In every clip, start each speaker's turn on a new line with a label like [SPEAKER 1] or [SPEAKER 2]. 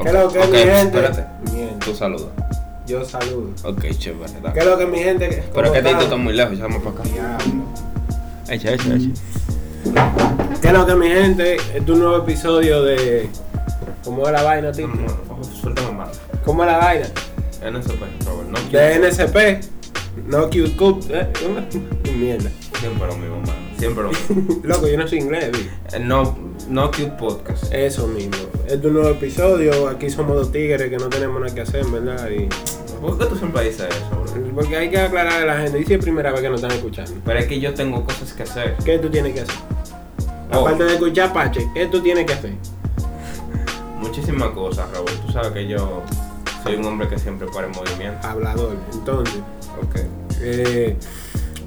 [SPEAKER 1] ¿Qué es lo que
[SPEAKER 2] Ok,
[SPEAKER 1] mi gente?
[SPEAKER 2] espérate.
[SPEAKER 1] Bien,
[SPEAKER 2] Tú saluda.
[SPEAKER 1] yo saludo.
[SPEAKER 2] Ok, chévere. dale.
[SPEAKER 1] ¿Qué es lo que mi gente? ¿Cómo
[SPEAKER 2] Pero que te
[SPEAKER 1] están?
[SPEAKER 2] tú estás muy lejos, llama para acá.
[SPEAKER 1] Diablo.
[SPEAKER 2] Echa, echa, echa.
[SPEAKER 1] ¿Qué es lo que mi gente? Este es un nuevo episodio de. ¿Cómo es la vaina, tío?
[SPEAKER 2] Suéltame más.
[SPEAKER 1] ¿Cómo es la vaina?
[SPEAKER 2] NSP, por favor. No
[SPEAKER 1] De NSP. No Q Cup. eh, Mierda.
[SPEAKER 2] Siempre lo mismo, mano. Siempre lo mismo.
[SPEAKER 1] Loco, yo no soy inglés, vi.
[SPEAKER 2] Eh, No, no cute podcast.
[SPEAKER 1] Eso mismo. Este es un nuevo episodio. Aquí somos dos tigres que no tenemos nada que hacer, en verdad. Y...
[SPEAKER 2] ¿Por qué tú siempre dices eso, bro?
[SPEAKER 1] Porque hay que aclarar a la gente. Y si es primera vez que nos están escuchando.
[SPEAKER 2] Pero es que yo tengo cosas que hacer.
[SPEAKER 1] ¿Qué tú tienes que hacer?
[SPEAKER 2] Oh.
[SPEAKER 1] Aparte de escuchar Pache, ¿qué tú tienes que hacer?
[SPEAKER 2] Muchísimas cosas, Raúl. Tú sabes que yo soy un hombre que siempre para en movimiento.
[SPEAKER 1] Hablador. Entonces,
[SPEAKER 2] Ok.
[SPEAKER 1] eh,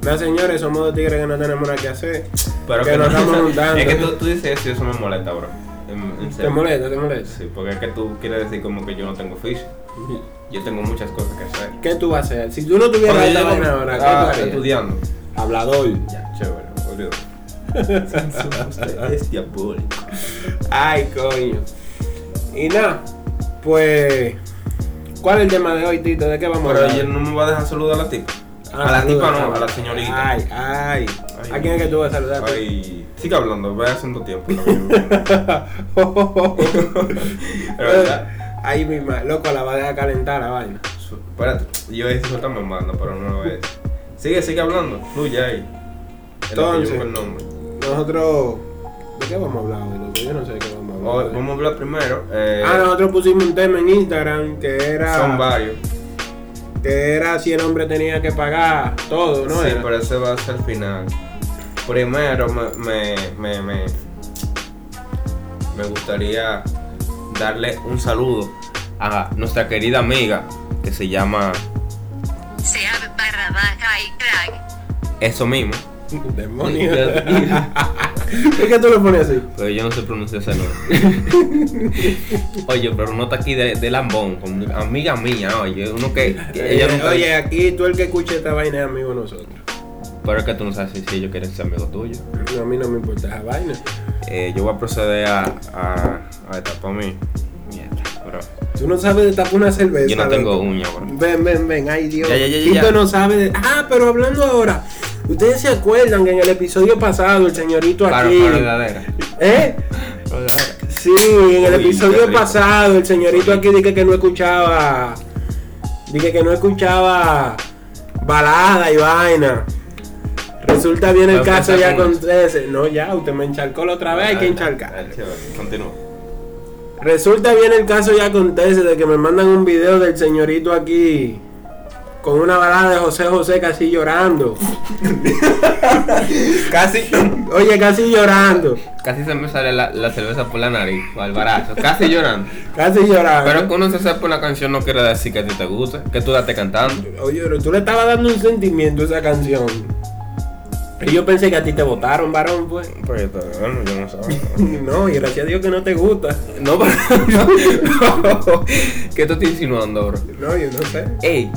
[SPEAKER 1] nada señores, somos dos tigres que no tenemos nada que hacer.
[SPEAKER 2] Pero
[SPEAKER 1] que, nos estamos juntando.
[SPEAKER 2] Es que tú, tú dices eso y eso me molesta, bro. En, en
[SPEAKER 1] Te
[SPEAKER 2] serio.
[SPEAKER 1] molesta, te molesta.
[SPEAKER 2] Sí, porque es que tú quieres decir como que yo no tengo fish. Yo tengo muchas cosas que hacer.
[SPEAKER 1] ¿Qué tú vas a hacer? Si tú no tuvieras
[SPEAKER 2] Cuando
[SPEAKER 1] esta
[SPEAKER 2] yo
[SPEAKER 1] vaina
[SPEAKER 2] llego
[SPEAKER 1] ahora, ¿qué
[SPEAKER 2] a-
[SPEAKER 1] tú harías?
[SPEAKER 2] estudiando.
[SPEAKER 1] Hablador.
[SPEAKER 2] Ya, chévere, boludo. Usted es diabólico.
[SPEAKER 1] Ay, coño. Y nada, pues. ¿Cuál es el tema de hoy, Tito? ¿De qué vamos a
[SPEAKER 2] Pero
[SPEAKER 1] hablar?
[SPEAKER 2] ella no me va a dejar saludar a la tipa.
[SPEAKER 1] Ah,
[SPEAKER 2] a la tipa
[SPEAKER 1] saluda,
[SPEAKER 2] no, a la
[SPEAKER 1] saluda.
[SPEAKER 2] señorita.
[SPEAKER 1] Ay, ay.
[SPEAKER 2] Ay.
[SPEAKER 1] ¿A quién es que tú vas a saludar?
[SPEAKER 2] Ay, sigue hablando, vaya haciendo tiempo. la verdad. Pero, ¿verdad?
[SPEAKER 1] Ay, mi ma- loco, la va a dejar calentar la vaina.
[SPEAKER 2] Su- Espérate, yo dije suéltame mano, pero no es. Sigue, sigue hablando, fluye ahí. Es lo que yo
[SPEAKER 1] Entonces.
[SPEAKER 2] busco el nombre.
[SPEAKER 1] Nosotros. ¿De qué vamos a hablar hoy, loco? Yo no sé de qué vamos a hablar.
[SPEAKER 2] Hoy
[SPEAKER 1] hoy.
[SPEAKER 2] vamos a hablar primero. eh,
[SPEAKER 1] Ah, nosotros pusimos un tema en Instagram que era.
[SPEAKER 2] Son varios.
[SPEAKER 1] Que era si el hombre tenía que pagar todo, ¿no?
[SPEAKER 2] sí,
[SPEAKER 1] Era.
[SPEAKER 2] pero ese va a ser el final. Primero me, me, me, me, me gustaría darle un saludo a nuestra querida amiga que se llama
[SPEAKER 3] sea barra baja y crack.
[SPEAKER 2] eso mismo.
[SPEAKER 1] Demonio. ¿Por qué tú lo pones así?
[SPEAKER 2] Pero yo no sé pronunciar ese nombre. oye, pero no está aquí de, de lambón, como amiga mía, oye, uno que, que ella
[SPEAKER 1] Eh,
[SPEAKER 2] nunca-
[SPEAKER 1] Oye, aquí tú el que escucha esta vaina es amigo de nosotros.
[SPEAKER 2] Pero es que tú no sabes si, si ellos quieren ser amigos tuyos.
[SPEAKER 1] No, a mí no me importa esa vaina.
[SPEAKER 2] Eh, yo voy a proceder a, a, a etapa mí. Mierda, bro.
[SPEAKER 1] Tú no sabes de tapar una cerveza.
[SPEAKER 2] Yo no tengo
[SPEAKER 1] loco.
[SPEAKER 2] uña, bro.
[SPEAKER 1] Ven, ven, ven, ay Dios.
[SPEAKER 2] Ya, ya, ya, ya,
[SPEAKER 1] Tito
[SPEAKER 2] ya.
[SPEAKER 1] no sabe de... Ah, pero hablando ahora. Ustedes se acuerdan que en el episodio pasado el señorito
[SPEAKER 2] Claro,
[SPEAKER 1] aquí.
[SPEAKER 2] claro, verdadera.
[SPEAKER 1] ¿Eh? Sí, en el
[SPEAKER 2] Uy, qué
[SPEAKER 1] episodio
[SPEAKER 2] rico.
[SPEAKER 1] pasado el señorito aquí dije que no escuchaba. Dije que no escuchaba balada y vaina. Resulta bien el
[SPEAKER 2] Vamos a
[SPEAKER 1] caso ya
[SPEAKER 2] empezar pues, con Ah,
[SPEAKER 1] con 13. No, ya, usted me encharcó la otra vez, hay que encharcar.
[SPEAKER 2] Continúa.
[SPEAKER 1] Resulta bien el caso ya acontece de que me mandan un video del señorito aquí con una balada de José José casi llorando.
[SPEAKER 2] Casi.
[SPEAKER 1] Oye, casi llorando.
[SPEAKER 2] Casi se me sale la, la cerveza por la nariz, o al barazo. Casi llorando.
[SPEAKER 1] Casi llorando.
[SPEAKER 2] Pero que uno se sepa una canción no quiere decir que a ti te guste, que tú la estés cantando.
[SPEAKER 1] Oye, pero tú le estabas dando un sentimiento a esa canción. Y yo pensé que a ti te votaron, varón, pues.
[SPEAKER 2] Pues bueno, yo no sé.
[SPEAKER 1] No, y gracias a Dios que no te gusta.
[SPEAKER 2] No, pero. No. ¿Qué tú estás insinuando, bro?
[SPEAKER 1] No, yo no sé.
[SPEAKER 2] Ey,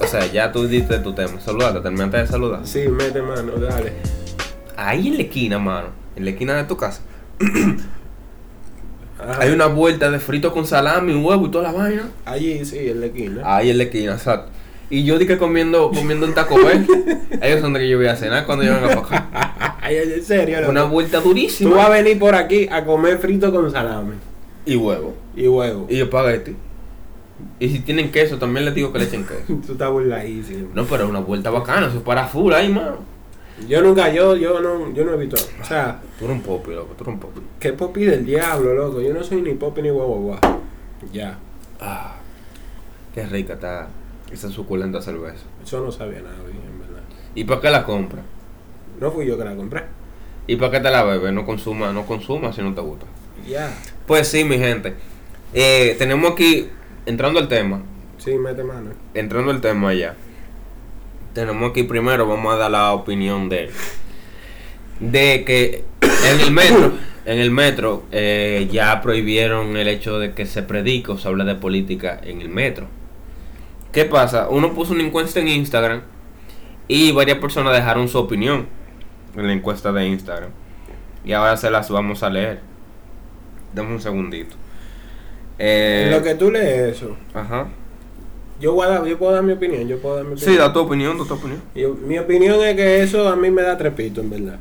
[SPEAKER 2] o sea, ya tú diste tu tema. Saludate, terminaste de saludar.
[SPEAKER 1] Sí, mete mano, dale.
[SPEAKER 2] Ahí en la esquina, mano, en la esquina de tu casa,
[SPEAKER 1] Ajá.
[SPEAKER 2] hay una vuelta de frito con salami, huevo y toda la vaina.
[SPEAKER 1] Allí, sí, en la esquina.
[SPEAKER 2] Ahí en la esquina, exacto. Y yo dije comiendo, comiendo un taco Bell. Ellos son de que yo voy a cenar cuando yo venga para acá.
[SPEAKER 1] Ay, ay, en serio. loco.
[SPEAKER 2] Ah. Una vuelta
[SPEAKER 1] Tú vas a
[SPEAKER 2] durísima.
[SPEAKER 1] venir por aquí a comer frito con salame
[SPEAKER 2] Y huevo.
[SPEAKER 1] y huevo.
[SPEAKER 2] Y espagueti. Y si tienen queso, también les digo que le echen queso.
[SPEAKER 1] Tú estás burladísimo.
[SPEAKER 2] No, pero es una vuelta bacana, eso es para full ahí, mano.
[SPEAKER 1] Yo nunca, yo, yo no, yo no he visto. O sea,
[SPEAKER 2] Tú eres un popi, loco, tú eres un popi.
[SPEAKER 1] que popi del diablo, loco. Yo no soy ni popi ni guau guau, guau. Ya.
[SPEAKER 2] Ah, qué rica está esa suculenta cerveza.
[SPEAKER 1] Eso no sabía nada bien, en verdad.
[SPEAKER 2] ¿Y para qué la compra?
[SPEAKER 1] No fui yo que la compré.
[SPEAKER 2] ¿Y para qué te la bebes? No consuma, no consuma si no te gusta.
[SPEAKER 1] Ya.
[SPEAKER 2] Pues sí, mi gente. Eh, tenemos aquí, entrando al tema,
[SPEAKER 1] Sí, mete mano.
[SPEAKER 2] entrando al tema ya. Tenemos aquí primero, vamos a dar la opinión de de que en el metro, en el metro eh, ya prohibieron el hecho de que se predique o se hable de política en el metro. ¿Qué pasa? Uno puso una encuesta en Instagram y varias personas dejaron su opinión en la encuesta de Instagram. Y ahora se las vamos a leer. Dame un segundito. Eh,
[SPEAKER 1] En lo que tú lees eso,
[SPEAKER 2] Ajá.
[SPEAKER 1] yo, voy a dar- yo puedo dar mi opinión, yo puedo dar mi opinión.
[SPEAKER 2] Sí, da tu opinión, da tu opinión.
[SPEAKER 1] Yo- mi opinión es que eso a mí me da trepito, en verdad.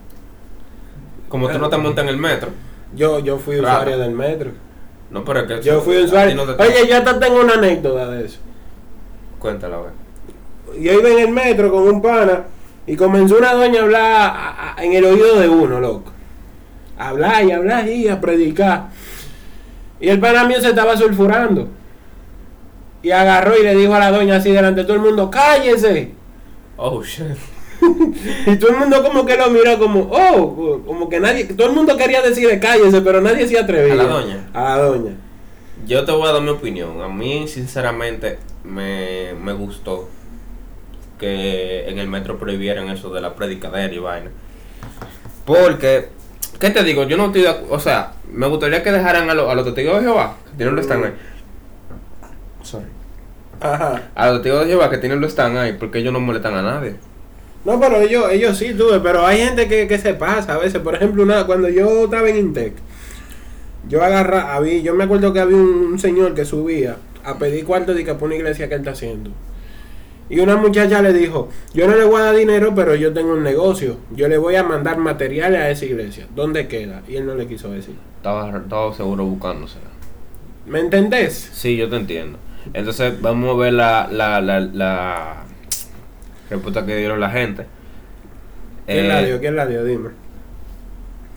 [SPEAKER 2] Como tú no te montas en el metro.
[SPEAKER 1] Yo, yo fui
[SPEAKER 2] Claro.
[SPEAKER 1] usuario del metro.
[SPEAKER 2] No, pero es que.
[SPEAKER 1] Yo fui
[SPEAKER 2] a ti
[SPEAKER 1] usuario.
[SPEAKER 2] no te-
[SPEAKER 1] Oye, yo hasta tengo una anécdota de eso.
[SPEAKER 2] Cuéntala, güey.
[SPEAKER 1] Yo iba en el metro con un pana y comenzó una doña a hablar a- a- en el oído de uno, loco. A hablar y hablar y a predicar. Y el pana mío se estaba sulfurando. Y agarró y le dijo a la doña así delante de todo el mundo, cállese.
[SPEAKER 2] Oh, shit.
[SPEAKER 1] Y todo el mundo como que lo miró como, oh, como que nadie, todo el mundo quería decirle cállese, pero nadie se atrevía.
[SPEAKER 2] A la doña.
[SPEAKER 1] A la doña.
[SPEAKER 2] Yo te voy a dar mi opinión. A mí, sinceramente, me, me gustó que en el metro prohibieran eso de la predicadera y vaina. Porque, ¿qué te digo? Yo no estoy de acu- O sea, me gustaría que dejaran a, lo- a los testigos de Jehová, que tienen lo están ahí. Sorry.
[SPEAKER 1] Ajá.
[SPEAKER 2] A los testigos de Jehová que tienen lo están ahí, porque ellos no molestan a nadie.
[SPEAKER 1] No, pero ellos, ellos sí, tuve, pero hay gente que, que se pasa a veces. Por ejemplo, una, cuando yo estaba en Intec, yo agarra, había, yo me acuerdo que había un, un señor que subía a pedir cuarto de que para una iglesia que él está haciendo. Y una muchacha le dijo, yo no le voy a dar dinero, pero yo tengo un negocio. Yo le voy a mandar materiales a esa iglesia. ¿Dónde queda? Y él no le quiso decir.
[SPEAKER 2] Estaba, estaba seguro buscándosela.
[SPEAKER 1] ¿Me entendés?
[SPEAKER 2] Sí, yo te entiendo. Entonces, vamos a ver la, la, la, la respuesta que dieron la gente.
[SPEAKER 1] ¿Quién
[SPEAKER 2] Eh,
[SPEAKER 1] la dio? ¿Quién la dio? Dime.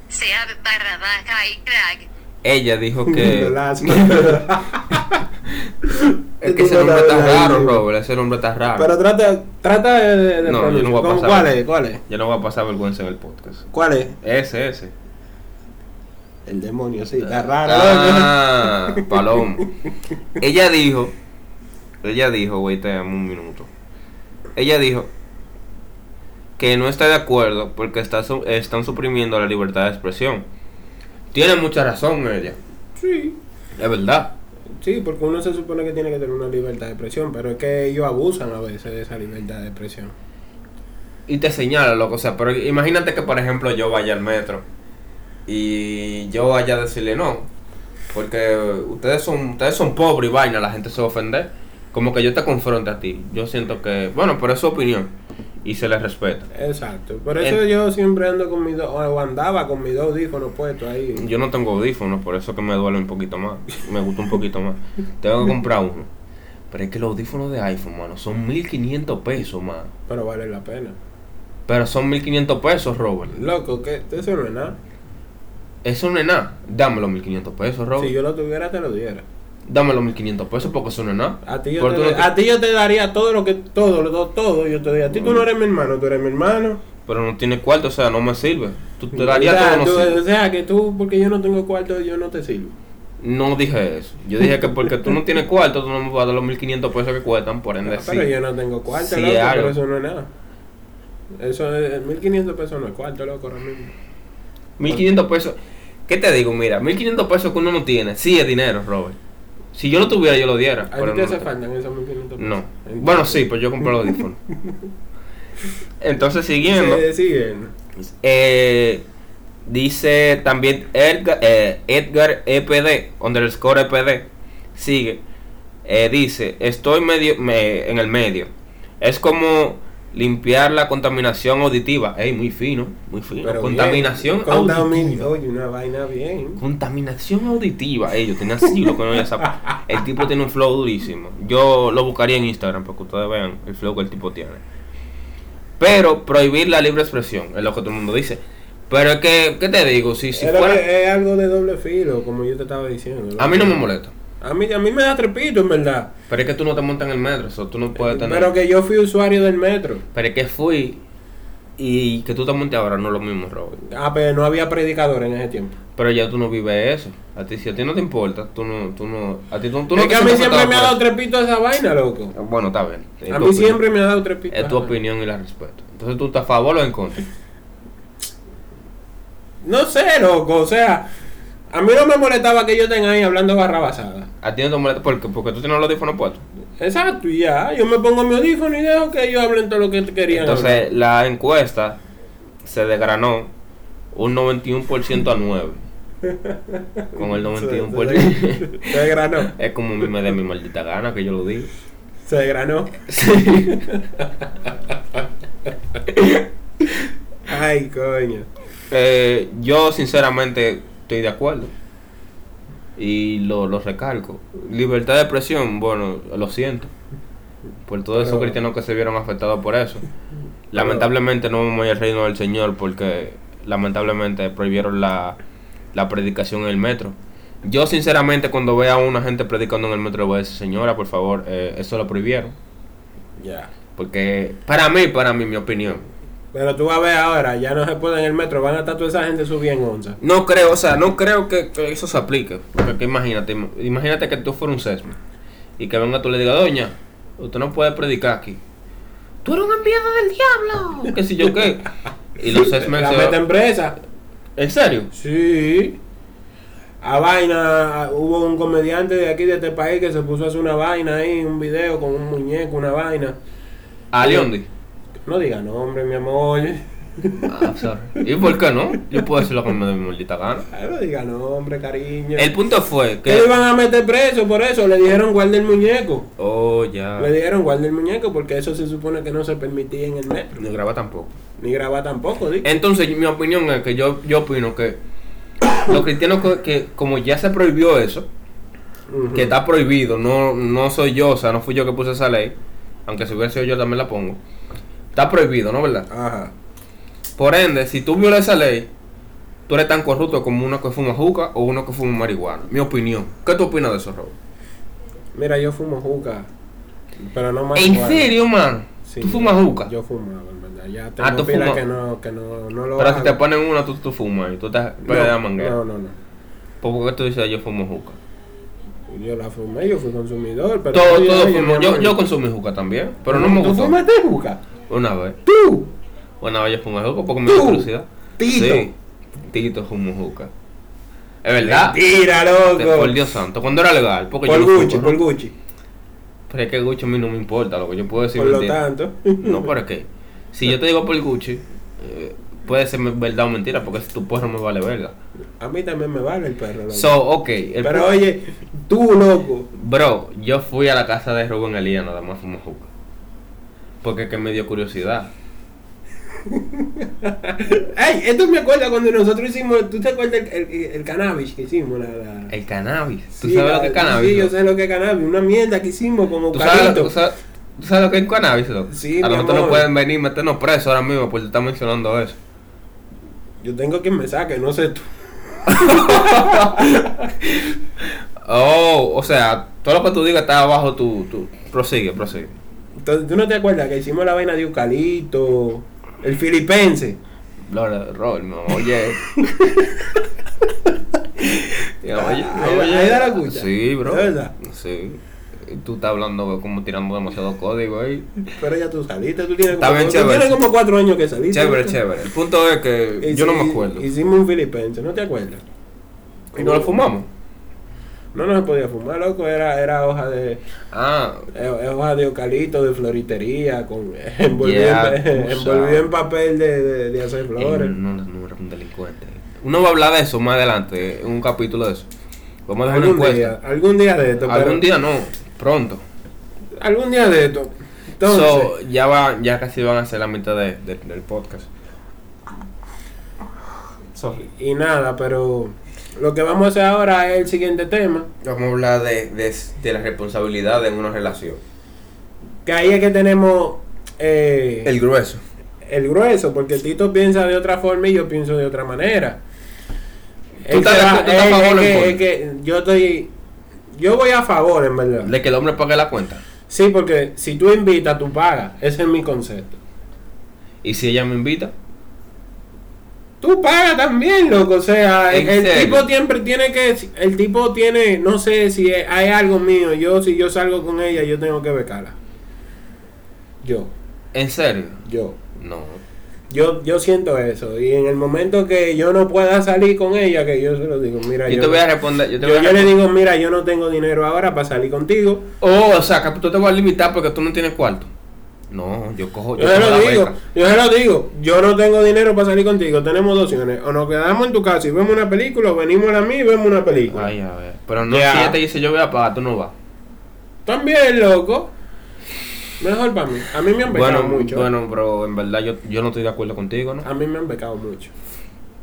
[SPEAKER 3] Seab barra baja y crack.
[SPEAKER 2] Ella dijo que.
[SPEAKER 1] Lazo.
[SPEAKER 2] es que ese nombre está raro, Robert. Ese nombre está raro.
[SPEAKER 1] Pero trata, trata de, de- de
[SPEAKER 2] No, yo no voy a
[SPEAKER 1] ¿Cómo-
[SPEAKER 2] pasar.
[SPEAKER 1] ¿Cuál es? ¿Cuál es?
[SPEAKER 2] Ya no va a pasar vergüenza en el podcast.
[SPEAKER 1] ¿Cuál es?
[SPEAKER 2] Ese, ese.
[SPEAKER 1] El demonio, sí, está raro.
[SPEAKER 2] Ah, Paloma. Ella dijo. Ella dijo, güey, te amo un minuto. Ella dijo que no está de acuerdo porque está su- están suprimiendo la libertad de expresión. Tiene mucha razón ella.
[SPEAKER 1] Sí.
[SPEAKER 2] Es verdad.
[SPEAKER 1] Sí, porque uno se supone que tiene que tener una libertad de expresión, pero es que ellos abusan a veces de esa libertad de expresión.
[SPEAKER 2] Y te señala, loco. O sea, pero imagínate que, por ejemplo, yo vaya al metro y yo vaya a decirle no. Porque ustedes son ustedes son pobres y vaina, la gente se va a ofender. Como que yo te confronte a ti. Yo siento que, bueno, pero es su opinión y se les respeta.
[SPEAKER 1] Exacto. Por eso
[SPEAKER 2] En-
[SPEAKER 1] yo siempre ando con mis dos, o andaba con mis dos audífonos puestos ahí.
[SPEAKER 2] Yo no tengo audífonos, por eso que me duele un poquito más. Me gusta un poquito más. Tengo que comprar uno. Pero es que los audífonos de iPhone, mano, son 1500 pesos, mano.
[SPEAKER 1] Pero vale la pena.
[SPEAKER 2] Pero son 1500 pesos, Robert.
[SPEAKER 1] Loco, que eso no es nada.
[SPEAKER 2] Eso no es nada. Dame los 1500 pesos, Robert.
[SPEAKER 1] Si yo lo tuviera, te lo diera.
[SPEAKER 2] Dame los 1500 pesos porque eso no es nada.
[SPEAKER 1] A ti, yo
[SPEAKER 2] Pero
[SPEAKER 1] te,
[SPEAKER 2] tú no te-
[SPEAKER 1] a ti yo te daría todo lo que, todo, lo- todo, yo te
[SPEAKER 2] Mm.
[SPEAKER 1] daría. A ti tú no eres mi hermano, tú eres mi hermano.
[SPEAKER 2] Pero no tiene cuarto, o sea, no me sirve. Tú te
[SPEAKER 1] o,
[SPEAKER 2] darías
[SPEAKER 1] sea,
[SPEAKER 2] todo, no
[SPEAKER 1] tú-
[SPEAKER 2] sirve.
[SPEAKER 1] o sea, que tú, porque yo no tengo cuarto, yo no te sirvo.
[SPEAKER 2] No dije eso. Yo dije que porque tú no tienes cuarto, tú no me vas a dar los 1500 pesos que cuestan, por ende,
[SPEAKER 1] Ah,
[SPEAKER 2] sí.
[SPEAKER 1] pero yo no tengo cuarto,
[SPEAKER 2] Sí,
[SPEAKER 1] loco, pero
[SPEAKER 2] algo.
[SPEAKER 1] eso no es nada. Eso es 1500 pesos no es cuarto, loco, ahora mismo.
[SPEAKER 2] 1500 pesos. ¿Qué te digo? Mira, 1500 pesos que uno no tiene, sí es dinero, Robert. Si yo lo tuviera, yo lo diera.
[SPEAKER 1] ¿A
[SPEAKER 2] pero
[SPEAKER 1] ti te
[SPEAKER 2] no
[SPEAKER 1] hace
[SPEAKER 2] lo tengo.
[SPEAKER 1] falta en esos 1500 pesos?
[SPEAKER 2] No.
[SPEAKER 1] Entonces,
[SPEAKER 2] Bueno, sí, pues yo compré los audífonos. Entonces, siguiendo.
[SPEAKER 1] se siguen.
[SPEAKER 2] Eh, dice también Edgar, eh, Edgar EPD, underscore EPD, sigue. Eh, dice, estoy medio me- en el medio. Es como limpiar la contaminación auditiva. Ey, muy fino, muy fino.
[SPEAKER 1] Pero
[SPEAKER 2] contaminación
[SPEAKER 1] bien, contamin-
[SPEAKER 2] auditiva.
[SPEAKER 1] Oye, una vaina bien.
[SPEAKER 2] Contaminación auditiva. Ey, yo tenía siglo que no veía esa- El tipo tiene un flow durísimo. Yo lo buscaría en Instagram para que ustedes vean el flow que el tipo tiene. Pero prohibir la libre expresión, es lo que todo el mundo dice. Pero es que, ¿qué te digo? Si, si
[SPEAKER 1] es, lo
[SPEAKER 2] fuera-
[SPEAKER 1] que- eh, es algo de doble filo, como yo te estaba diciendo. loco.
[SPEAKER 2] A mí no me molesta.
[SPEAKER 1] A mí, a mí me da trepito, en verdad.
[SPEAKER 2] Pero es que tú no te montas en el metro, eso tú no puedes tener.
[SPEAKER 1] Eh, Pero que yo fui usuario del metro.
[SPEAKER 2] Pero es que fui y que tú te montes ahora no es lo mismo, Robert.
[SPEAKER 1] Ah, pero no había predicador en ese tiempo.
[SPEAKER 2] Pero ya tú no vives eso. A ti, si a ti no te importa, tú no. Tú no a ti tú, tú
[SPEAKER 1] es
[SPEAKER 2] no te
[SPEAKER 1] que a mí
[SPEAKER 2] sientes
[SPEAKER 1] siempre
[SPEAKER 2] afectado
[SPEAKER 1] me ha dado
[SPEAKER 2] por
[SPEAKER 1] trepito esa vaina, loco.
[SPEAKER 2] eso. Bueno, está bien. Es
[SPEAKER 1] A
[SPEAKER 2] tu
[SPEAKER 1] mí
[SPEAKER 2] opinión.
[SPEAKER 1] siempre me ha dado trepito.
[SPEAKER 2] Es tu
[SPEAKER 1] esa vaina.
[SPEAKER 2] opinión y la respeto. Entonces tú estás a favor o en contra.
[SPEAKER 1] No sé, loco, o sea, a mí no me molestaba que yo tenga ahí hablando barrabasada.
[SPEAKER 2] A ti no te molesta porque, porque tú tienes los audífonos puestos.
[SPEAKER 1] Exacto, y ya, yo me pongo mi audífono y dejo que ellos hablen todo lo que querían. hablar.
[SPEAKER 2] Entonces la encuesta se desgranó un 91% a 9. Con el 91%. pues.
[SPEAKER 1] Se, se desgranó.
[SPEAKER 2] es como a mí me dé mi maldita gana que yo lo digo.
[SPEAKER 1] Se desgranó.
[SPEAKER 2] Sí.
[SPEAKER 1] Ay, coño.
[SPEAKER 2] Eh, yo sinceramente estoy de acuerdo. Y lo, lo recalco. Libertad de expresión, bueno, lo siento. Por todos esos
[SPEAKER 1] Pero-
[SPEAKER 2] cristianos que se vieron afectados por eso. Lamentablemente no vamos al reino del Señor porque lamentablemente prohibieron la, la predicación en el metro. Yo sinceramente cuando vea a una gente predicando en el metro le voy a decir, señora, por favor, eh, eso lo prohibieron.
[SPEAKER 1] Ya.
[SPEAKER 2] Porque para mí, para mí, mi opinión,
[SPEAKER 1] Pero tú vas a ver ahora, ya no se puede en el metro, van a estar toda esa gente subida en onza.
[SPEAKER 2] No creo, o sea, no creo que, que eso se aplique. Porque que imagínate, im- imagínate que tú fueras un sesmo y que venga tú y le diga, doña, usted no puede predicar aquí. Tú eres un enviado del diablo. Que si yo qué. Y los sesmos
[SPEAKER 1] La
[SPEAKER 2] se-
[SPEAKER 1] meten presa.
[SPEAKER 2] ¿En serio?
[SPEAKER 1] Sí. A vaina, a- hubo un comediante de aquí, de este país, que se puso a hacer una vaina ahí, un video con un muñeco, una vaina.
[SPEAKER 2] A Leondi.
[SPEAKER 1] No diga nombre, mi amor.
[SPEAKER 2] Ah, sorry. ¿Y por qué no? Yo puedo hacer lo que me dé mi maldita gana.
[SPEAKER 1] Ay, No diga nombre, cariño.
[SPEAKER 2] El punto fue
[SPEAKER 1] Que lo
[SPEAKER 2] que.
[SPEAKER 1] iban a meter preso por eso, le dijeron guarda el muñeco.
[SPEAKER 2] Oh, ya.
[SPEAKER 1] Le dijeron guarda el muñeco porque eso se supone que no se permitía en el metro.
[SPEAKER 2] No graba tampoco.
[SPEAKER 1] Ni grabar tampoco, di.
[SPEAKER 2] Entonces, mi opinión es que yo, yo opino que los cristianos que- que como ya se prohibió eso,
[SPEAKER 1] Ujú.
[SPEAKER 2] que está prohibido, no, no soy yo, o sea, no fui yo que puse esa ley, aunque si hubiera sido yo también la pongo. Está prohibido, ¿no verdad?
[SPEAKER 1] Ajá.
[SPEAKER 2] Por ende, si tú violas esa ley, tú eres tan corrupto como uno que fuma juca o uno que fuma marihuana. Mi opinión. ¿Qué tú opinas de eso, Rob?
[SPEAKER 1] Mira, yo fumo juca. Pero no más.
[SPEAKER 2] ¿En
[SPEAKER 1] igual.
[SPEAKER 2] serio, man?
[SPEAKER 1] Sí,
[SPEAKER 2] ¿Tú fumas juca?
[SPEAKER 1] Yo fumaba, en verdad. Ya
[SPEAKER 2] Ah,
[SPEAKER 1] tengo
[SPEAKER 2] tú
[SPEAKER 1] pila
[SPEAKER 2] fumas.
[SPEAKER 1] que no, que no, no lo
[SPEAKER 2] Pero si
[SPEAKER 1] hago.
[SPEAKER 2] te ponen una, tú, tú fumas y tú te
[SPEAKER 1] No,
[SPEAKER 2] pegas la manguera.
[SPEAKER 1] No, no, no.
[SPEAKER 2] ¿Por qué tú dices "Ah, yo fumo juca?
[SPEAKER 1] Yo la fumé, yo fui consumidor. Pero
[SPEAKER 2] Todo,
[SPEAKER 1] oye,
[SPEAKER 2] todo
[SPEAKER 1] oye,
[SPEAKER 2] fumo.
[SPEAKER 1] mi
[SPEAKER 2] Yo,
[SPEAKER 1] amor.
[SPEAKER 2] yo consumí juca también, pero no me
[SPEAKER 1] ¿Tú
[SPEAKER 2] gustó.
[SPEAKER 1] fumaste juca?
[SPEAKER 2] Una vez.
[SPEAKER 1] ¡Tú!
[SPEAKER 2] Una vez yo fumé juca porque me dio
[SPEAKER 1] Tú,
[SPEAKER 2] curiosidad.
[SPEAKER 1] Tito.
[SPEAKER 2] Sí, Tito fumó juca. Es verdad.
[SPEAKER 1] Mentira,
[SPEAKER 2] Te-
[SPEAKER 1] loco.
[SPEAKER 2] Por Dios santo, cuando era legal, porque
[SPEAKER 1] Por
[SPEAKER 2] yo no
[SPEAKER 1] Gucci,
[SPEAKER 2] fumo,
[SPEAKER 1] por
[SPEAKER 2] ¿no?
[SPEAKER 1] Gucci.
[SPEAKER 2] Pero es que Gucci a mí no me importa, lo que yo puedo decir
[SPEAKER 1] Por lo
[SPEAKER 2] mentira.
[SPEAKER 1] tanto.
[SPEAKER 2] No, pero es que si yo te digo por Gucci, eh, puede ser me- verdad o mentira, porque si tu porro me vale verga.
[SPEAKER 1] A mí también me vale el perro. loco.
[SPEAKER 2] So, ok, el
[SPEAKER 1] Pero
[SPEAKER 2] pu-
[SPEAKER 1] oye, tú loco.
[SPEAKER 2] bro, yo fui a la casa de Rubén Elías nada más fumo juca. Porque es que me dio curiosidad.
[SPEAKER 1] Ey, esto me acuerda cuando nosotros hicimos, ¿tú te acuerdas el, el, el cannabis que hicimos? La, la-
[SPEAKER 2] El cannabis. ¿Tú
[SPEAKER 1] Sí,
[SPEAKER 2] sabes
[SPEAKER 1] la-
[SPEAKER 2] lo que es cannabis?
[SPEAKER 1] Sí, yo
[SPEAKER 2] loco?
[SPEAKER 1] sé lo que es cannabis, una mierda que hicimos como
[SPEAKER 2] ¿Tú sabes,
[SPEAKER 1] carrito.
[SPEAKER 2] tú sabes- tú sabes lo que es cannabis? loco?
[SPEAKER 1] Sí,
[SPEAKER 2] a
[SPEAKER 1] mi
[SPEAKER 2] lo mejor no
[SPEAKER 1] amor.
[SPEAKER 2] pueden venir y meternos presos ahora mismo porque tú estás mencionando eso.
[SPEAKER 1] Yo tengo quien me saque, no sé tú.
[SPEAKER 2] Oh, o sea, todo lo que tú digas está abajo, tú, tú. Prosigue, prosigue.
[SPEAKER 1] Entonces, ¿tú no te acuerdas que hicimos la vaina de Eucalipto? El filipense.
[SPEAKER 2] Lord, Robert, no, oye. Ya, oye,
[SPEAKER 1] Ahí da- ahí da la cucha.
[SPEAKER 2] Sí, bro.
[SPEAKER 1] ¿De verdad?
[SPEAKER 2] Sí. Tú estás hablando como tirando demasiado código ahí.
[SPEAKER 1] Pero ya tú saliste, tú tienes,
[SPEAKER 2] Está
[SPEAKER 1] como,
[SPEAKER 2] bien
[SPEAKER 1] tú
[SPEAKER 2] chévere.
[SPEAKER 1] tienes como cuatro años que saliste.
[SPEAKER 2] Chévere,
[SPEAKER 1] ¿no?
[SPEAKER 2] chévere. El punto es que
[SPEAKER 1] Y
[SPEAKER 2] yo no
[SPEAKER 1] sí,
[SPEAKER 2] me acuerdo. ¿Y
[SPEAKER 1] Hicimos un filipense, ¿no te acuerdas?
[SPEAKER 2] no lo fumamos?
[SPEAKER 1] No, no se podía fumar, loco, era, era hoja de...
[SPEAKER 2] Ah,
[SPEAKER 1] Es hoja de eucalipto, de floritería, con envolvido,
[SPEAKER 2] Ya,
[SPEAKER 1] en,
[SPEAKER 2] tú
[SPEAKER 1] envolvido
[SPEAKER 2] sabes.
[SPEAKER 1] en papel de, de, de hacer flores.
[SPEAKER 2] Eh, no, no, no era un delincuente. Uno va a hablar de eso más adelante, en un capítulo de eso. Vamos a dejar una
[SPEAKER 1] algún
[SPEAKER 2] encuesta.
[SPEAKER 1] día, algún día de esto.
[SPEAKER 2] Algún
[SPEAKER 1] pero-
[SPEAKER 2] día no, pronto.
[SPEAKER 1] Algún día de esto. Entonces,
[SPEAKER 2] So, ya va, ya casi van a ser la mitad de- de- del podcast.
[SPEAKER 1] y nada, pero lo que vamos a hacer ahora es el siguiente tema.
[SPEAKER 2] Vamos a hablar de, de, de la responsabilidad en una relación.
[SPEAKER 1] Que ahí es que tenemos eh,
[SPEAKER 2] El
[SPEAKER 1] el,
[SPEAKER 2] grueso.
[SPEAKER 1] grueso, porque Tito piensa de otra forma y yo pienso de otra manera. Él
[SPEAKER 2] estás
[SPEAKER 1] se
[SPEAKER 2] de-
[SPEAKER 1] va-
[SPEAKER 2] tú estás
[SPEAKER 1] él-
[SPEAKER 2] a favor
[SPEAKER 1] es
[SPEAKER 2] o en
[SPEAKER 1] que-
[SPEAKER 2] contra?
[SPEAKER 1] es que yo estoy. Yo voy a favor, en verdad.
[SPEAKER 2] De que el hombre pague la cuenta.
[SPEAKER 1] Sí, porque si tú invitas, tú pagas. Ese es mi concepto.
[SPEAKER 2] Y si ella me invita,
[SPEAKER 1] Tú pagas también, loco. O sea, el,
[SPEAKER 2] ¿En
[SPEAKER 1] el
[SPEAKER 2] serio?
[SPEAKER 1] tipo siempre tiene que. El tipo tiene. No sé si hay algo mío. Yo, si yo salgo con ella, yo tengo que becarla. Yo,
[SPEAKER 2] en serio.
[SPEAKER 1] yo.
[SPEAKER 2] No.
[SPEAKER 1] Yo, yo siento eso. Y en el momento que yo no pueda salir con ella, que yo se lo digo, mira, yo.
[SPEAKER 2] Yo te voy a responder. Yo te
[SPEAKER 1] yo-
[SPEAKER 2] voy a
[SPEAKER 1] yo le
[SPEAKER 2] responder.
[SPEAKER 1] digo, mira, yo no tengo dinero ahora para salir contigo.
[SPEAKER 2] Oh, o sea, que tú te vas a limitar porque tú no tienes cuarto. No, yo cojo.
[SPEAKER 1] Yo se
[SPEAKER 2] cojo
[SPEAKER 1] lo
[SPEAKER 2] la
[SPEAKER 1] digo,
[SPEAKER 2] beca.
[SPEAKER 1] yo se lo digo. Yo no tengo dinero para salir contigo. Tenemos dos opciones. O nos quedamos en tu casa y vemos una película, o venimos a mí y vemos una película.
[SPEAKER 2] Ay, a ver. Pero no,
[SPEAKER 1] Ya.
[SPEAKER 2] si ella te dice yo voy a pagar, tú no vas.
[SPEAKER 1] También, loco. Mejor para mí. A mí me han becado
[SPEAKER 2] Bueno,
[SPEAKER 1] mucho.
[SPEAKER 2] bueno, pero en verdad yo, yo no estoy de acuerdo contigo, ¿no?
[SPEAKER 1] A mí me han becado mucho.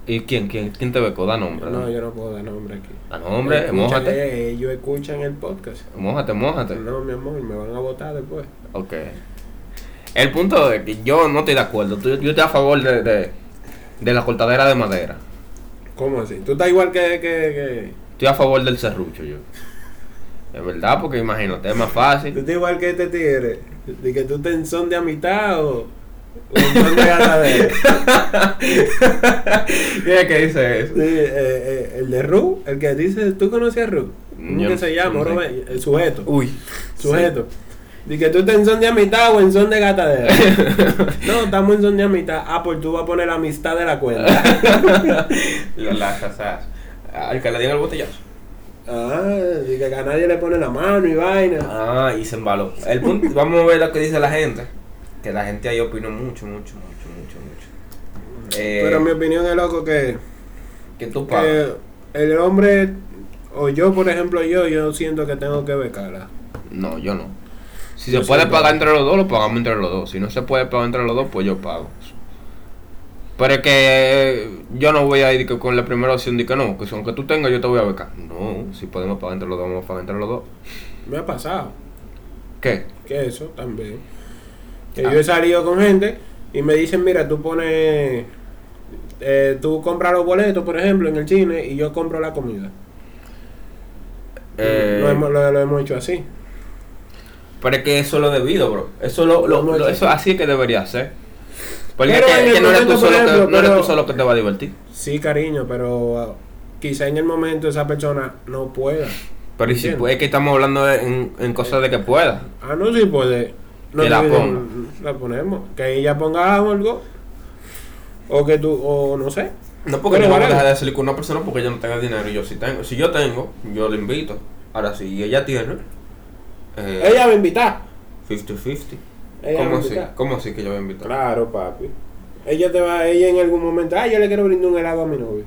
[SPEAKER 2] ¿Y quién? ¿Quién, quién te becó? Da nombre.
[SPEAKER 1] No,
[SPEAKER 2] No,
[SPEAKER 1] yo no puedo dar nombre aquí.
[SPEAKER 2] Da nombre,
[SPEAKER 1] Escuchan-
[SPEAKER 2] mójate.
[SPEAKER 1] eh, ellos escuchan el podcast.
[SPEAKER 2] Mójate, mójate.
[SPEAKER 1] No, mi amor, me van a votar después.
[SPEAKER 2] Ok. El punto es que yo no estoy de acuerdo. Tú- Yo estoy a favor de, de, de la cortadera de madera.
[SPEAKER 1] ¿Cómo así? Tú estás igual que. que, que-
[SPEAKER 2] Estoy a favor del serrucho yo. Es verdad, porque imagínate, es más
[SPEAKER 1] Tú
[SPEAKER 2] fácil.
[SPEAKER 1] estás igual que este tigre. De que tú te en son de amistad o. o en son de ganadero.
[SPEAKER 2] ¿Quién es que dice eso?
[SPEAKER 1] Sí, eh, eh, el de Ru, el que dice, ¿tú conoces a Ru? ¿Cómo
[SPEAKER 2] Yo
[SPEAKER 1] que
[SPEAKER 2] no-
[SPEAKER 1] se llama?
[SPEAKER 2] no sé.
[SPEAKER 1] Robert? el sujeto.
[SPEAKER 2] Uy.
[SPEAKER 1] sujeto. Dice que tú estás en son de amistad o en son de gatadera. no, estamos en son de amistad. Ah, pues tú vas a poner la amistad de la cuenta.
[SPEAKER 2] Lo lazas a- al que le dieron el botellazo.
[SPEAKER 1] ah, dice que a nadie le pone la mano y vaina.
[SPEAKER 2] Ah, y se embaló. El punto, vamos a ver lo que dice la gente. Que la gente ahí opinó mucho, mucho, mucho, mucho, mucho. Eh,
[SPEAKER 1] Pero mi eh, opinión es loco que,
[SPEAKER 2] que tú pagas.
[SPEAKER 1] que el hombre, o yo por ejemplo, yo, yo siento que tengo que becarla.
[SPEAKER 2] No, yo no. Si
[SPEAKER 1] Yo
[SPEAKER 2] se puede
[SPEAKER 1] soy
[SPEAKER 2] pagar
[SPEAKER 1] vago.
[SPEAKER 2] entre los dos, lo pagamos entre los dos. Si no se puede pagar entre los dos, pues yo pago. Pero es que eh, yo no voy a ir que con la primera opción de que no, que aunque tú tengas, yo te voy a becar. No, si podemos pagar entre los dos, vamos a pagar entre los dos.
[SPEAKER 1] Me ha pasado.
[SPEAKER 2] ¿Qué?
[SPEAKER 1] que eso también. Que
[SPEAKER 2] Ah.
[SPEAKER 1] yo he salido con gente y me dicen, mira, tú pones, eh, tú compras los boletos, por ejemplo, en el cine y yo compro la comida.
[SPEAKER 2] Eh,
[SPEAKER 1] lo, hemos, lo- lo hemos hecho así.
[SPEAKER 2] Pero es que eso es lo debido, bro. Eso es lo, lo-
[SPEAKER 1] No,
[SPEAKER 2] lo-
[SPEAKER 1] no,
[SPEAKER 2] eso así es que debería ser. Porque
[SPEAKER 1] Pero
[SPEAKER 2] es que-
[SPEAKER 1] en
[SPEAKER 2] es que
[SPEAKER 1] el
[SPEAKER 2] no, eres tú
[SPEAKER 1] momento, por
[SPEAKER 2] solo que,
[SPEAKER 1] ejemplo,
[SPEAKER 2] no eres tú
[SPEAKER 1] pero-
[SPEAKER 2] solo que te va a divertir.
[SPEAKER 1] Sí, cariño, pero ah, quizá en el momento esa persona no pueda.
[SPEAKER 2] Pero y si
[SPEAKER 1] Entiendo.
[SPEAKER 2] puede- es que estamos hablando de- en, en cosas de que pueda.
[SPEAKER 1] Ah, no, sí puede. No
[SPEAKER 2] Que
[SPEAKER 1] te
[SPEAKER 2] la
[SPEAKER 1] piden- La ponemos. Que ella ponga algo. O que tú, o no sé.
[SPEAKER 2] No porque
[SPEAKER 1] Pero
[SPEAKER 2] yo no voy a
[SPEAKER 1] vale.
[SPEAKER 2] dejar de salir con una persona porque ella no tenga dinero y yo sí tengo. Si yo tengo, yo le invito. Ahora si ella tiene. eh,
[SPEAKER 1] Ella va a invitar.
[SPEAKER 2] 50-50.
[SPEAKER 1] Ella
[SPEAKER 2] ¿Cómo
[SPEAKER 1] va a
[SPEAKER 2] así?
[SPEAKER 1] invitar.
[SPEAKER 2] ¿Cómo así que yo voy a invitar?
[SPEAKER 1] Claro, papi. Ella te va, ella en algún momento, ah, yo le quiero brindar un helado a mi novio.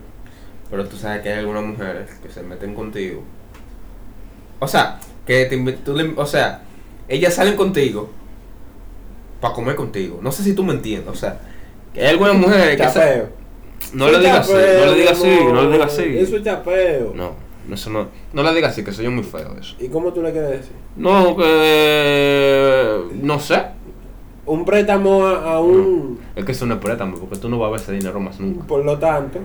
[SPEAKER 2] Pero tú sabes que hay algunas mujeres que se meten contigo. O sea, que te invi- tú le- o sea, ellas salen contigo para comer contigo. No sé si tú me entiendes, o sea, que hay algunas mujeres que se-
[SPEAKER 1] Chapeo.
[SPEAKER 2] no le digas así, no le digas así, no le digas
[SPEAKER 1] Eso es
[SPEAKER 2] así.
[SPEAKER 1] chapeo.
[SPEAKER 2] No, eso no, no le digas así, que soy yo muy feo eso.
[SPEAKER 1] ¿Y cómo tú le quieres decir?
[SPEAKER 2] No, que no sé.
[SPEAKER 1] Un préstamo a, a un.
[SPEAKER 2] Es que eso no es préstamo, porque tú no vas a ver ese dinero más nunca.
[SPEAKER 1] Por lo tanto.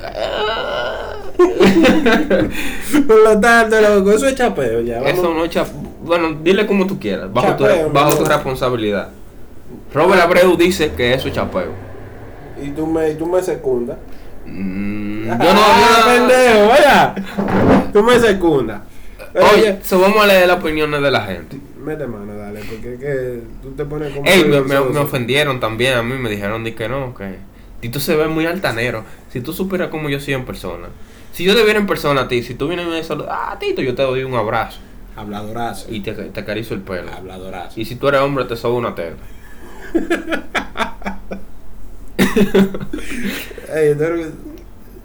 [SPEAKER 1] por lo tanto, loco, eso es chapeo ya. Vamos.
[SPEAKER 2] Eso no echa. Bueno, dile como tú quieras, bajo, tu,
[SPEAKER 1] Chapeo,
[SPEAKER 2] bajo
[SPEAKER 1] ¿no?
[SPEAKER 2] tu responsabilidad. Robert Abreu dice que eso es chapeo.
[SPEAKER 1] Y tú me, y tú me secundas.
[SPEAKER 2] Mm, yo no. yo no-
[SPEAKER 1] Ah, pendejo, vaya. Tú me secundas.
[SPEAKER 2] Oye, so vamos a leer las opiniones de la gente.
[SPEAKER 1] Mete mano, dale, porque es que tú te pones como.
[SPEAKER 2] Ey, me, me-
[SPEAKER 1] vergonzoso.
[SPEAKER 2] me ofendieron también a mí, me dijeron de que no, que Tito se ve muy altanero. Si tú supieras como yo soy en persona. Si yo te viera en persona a ti, si tú vienes y me saludas, ah, Tito, yo te doy un abrazo
[SPEAKER 1] Habladorazo.
[SPEAKER 2] y te, te acaricio el pelo.
[SPEAKER 1] Ah, Habladorazo.
[SPEAKER 2] Y si tú eres hombre, te sobo una teta.
[SPEAKER 1] Ey, tú eres,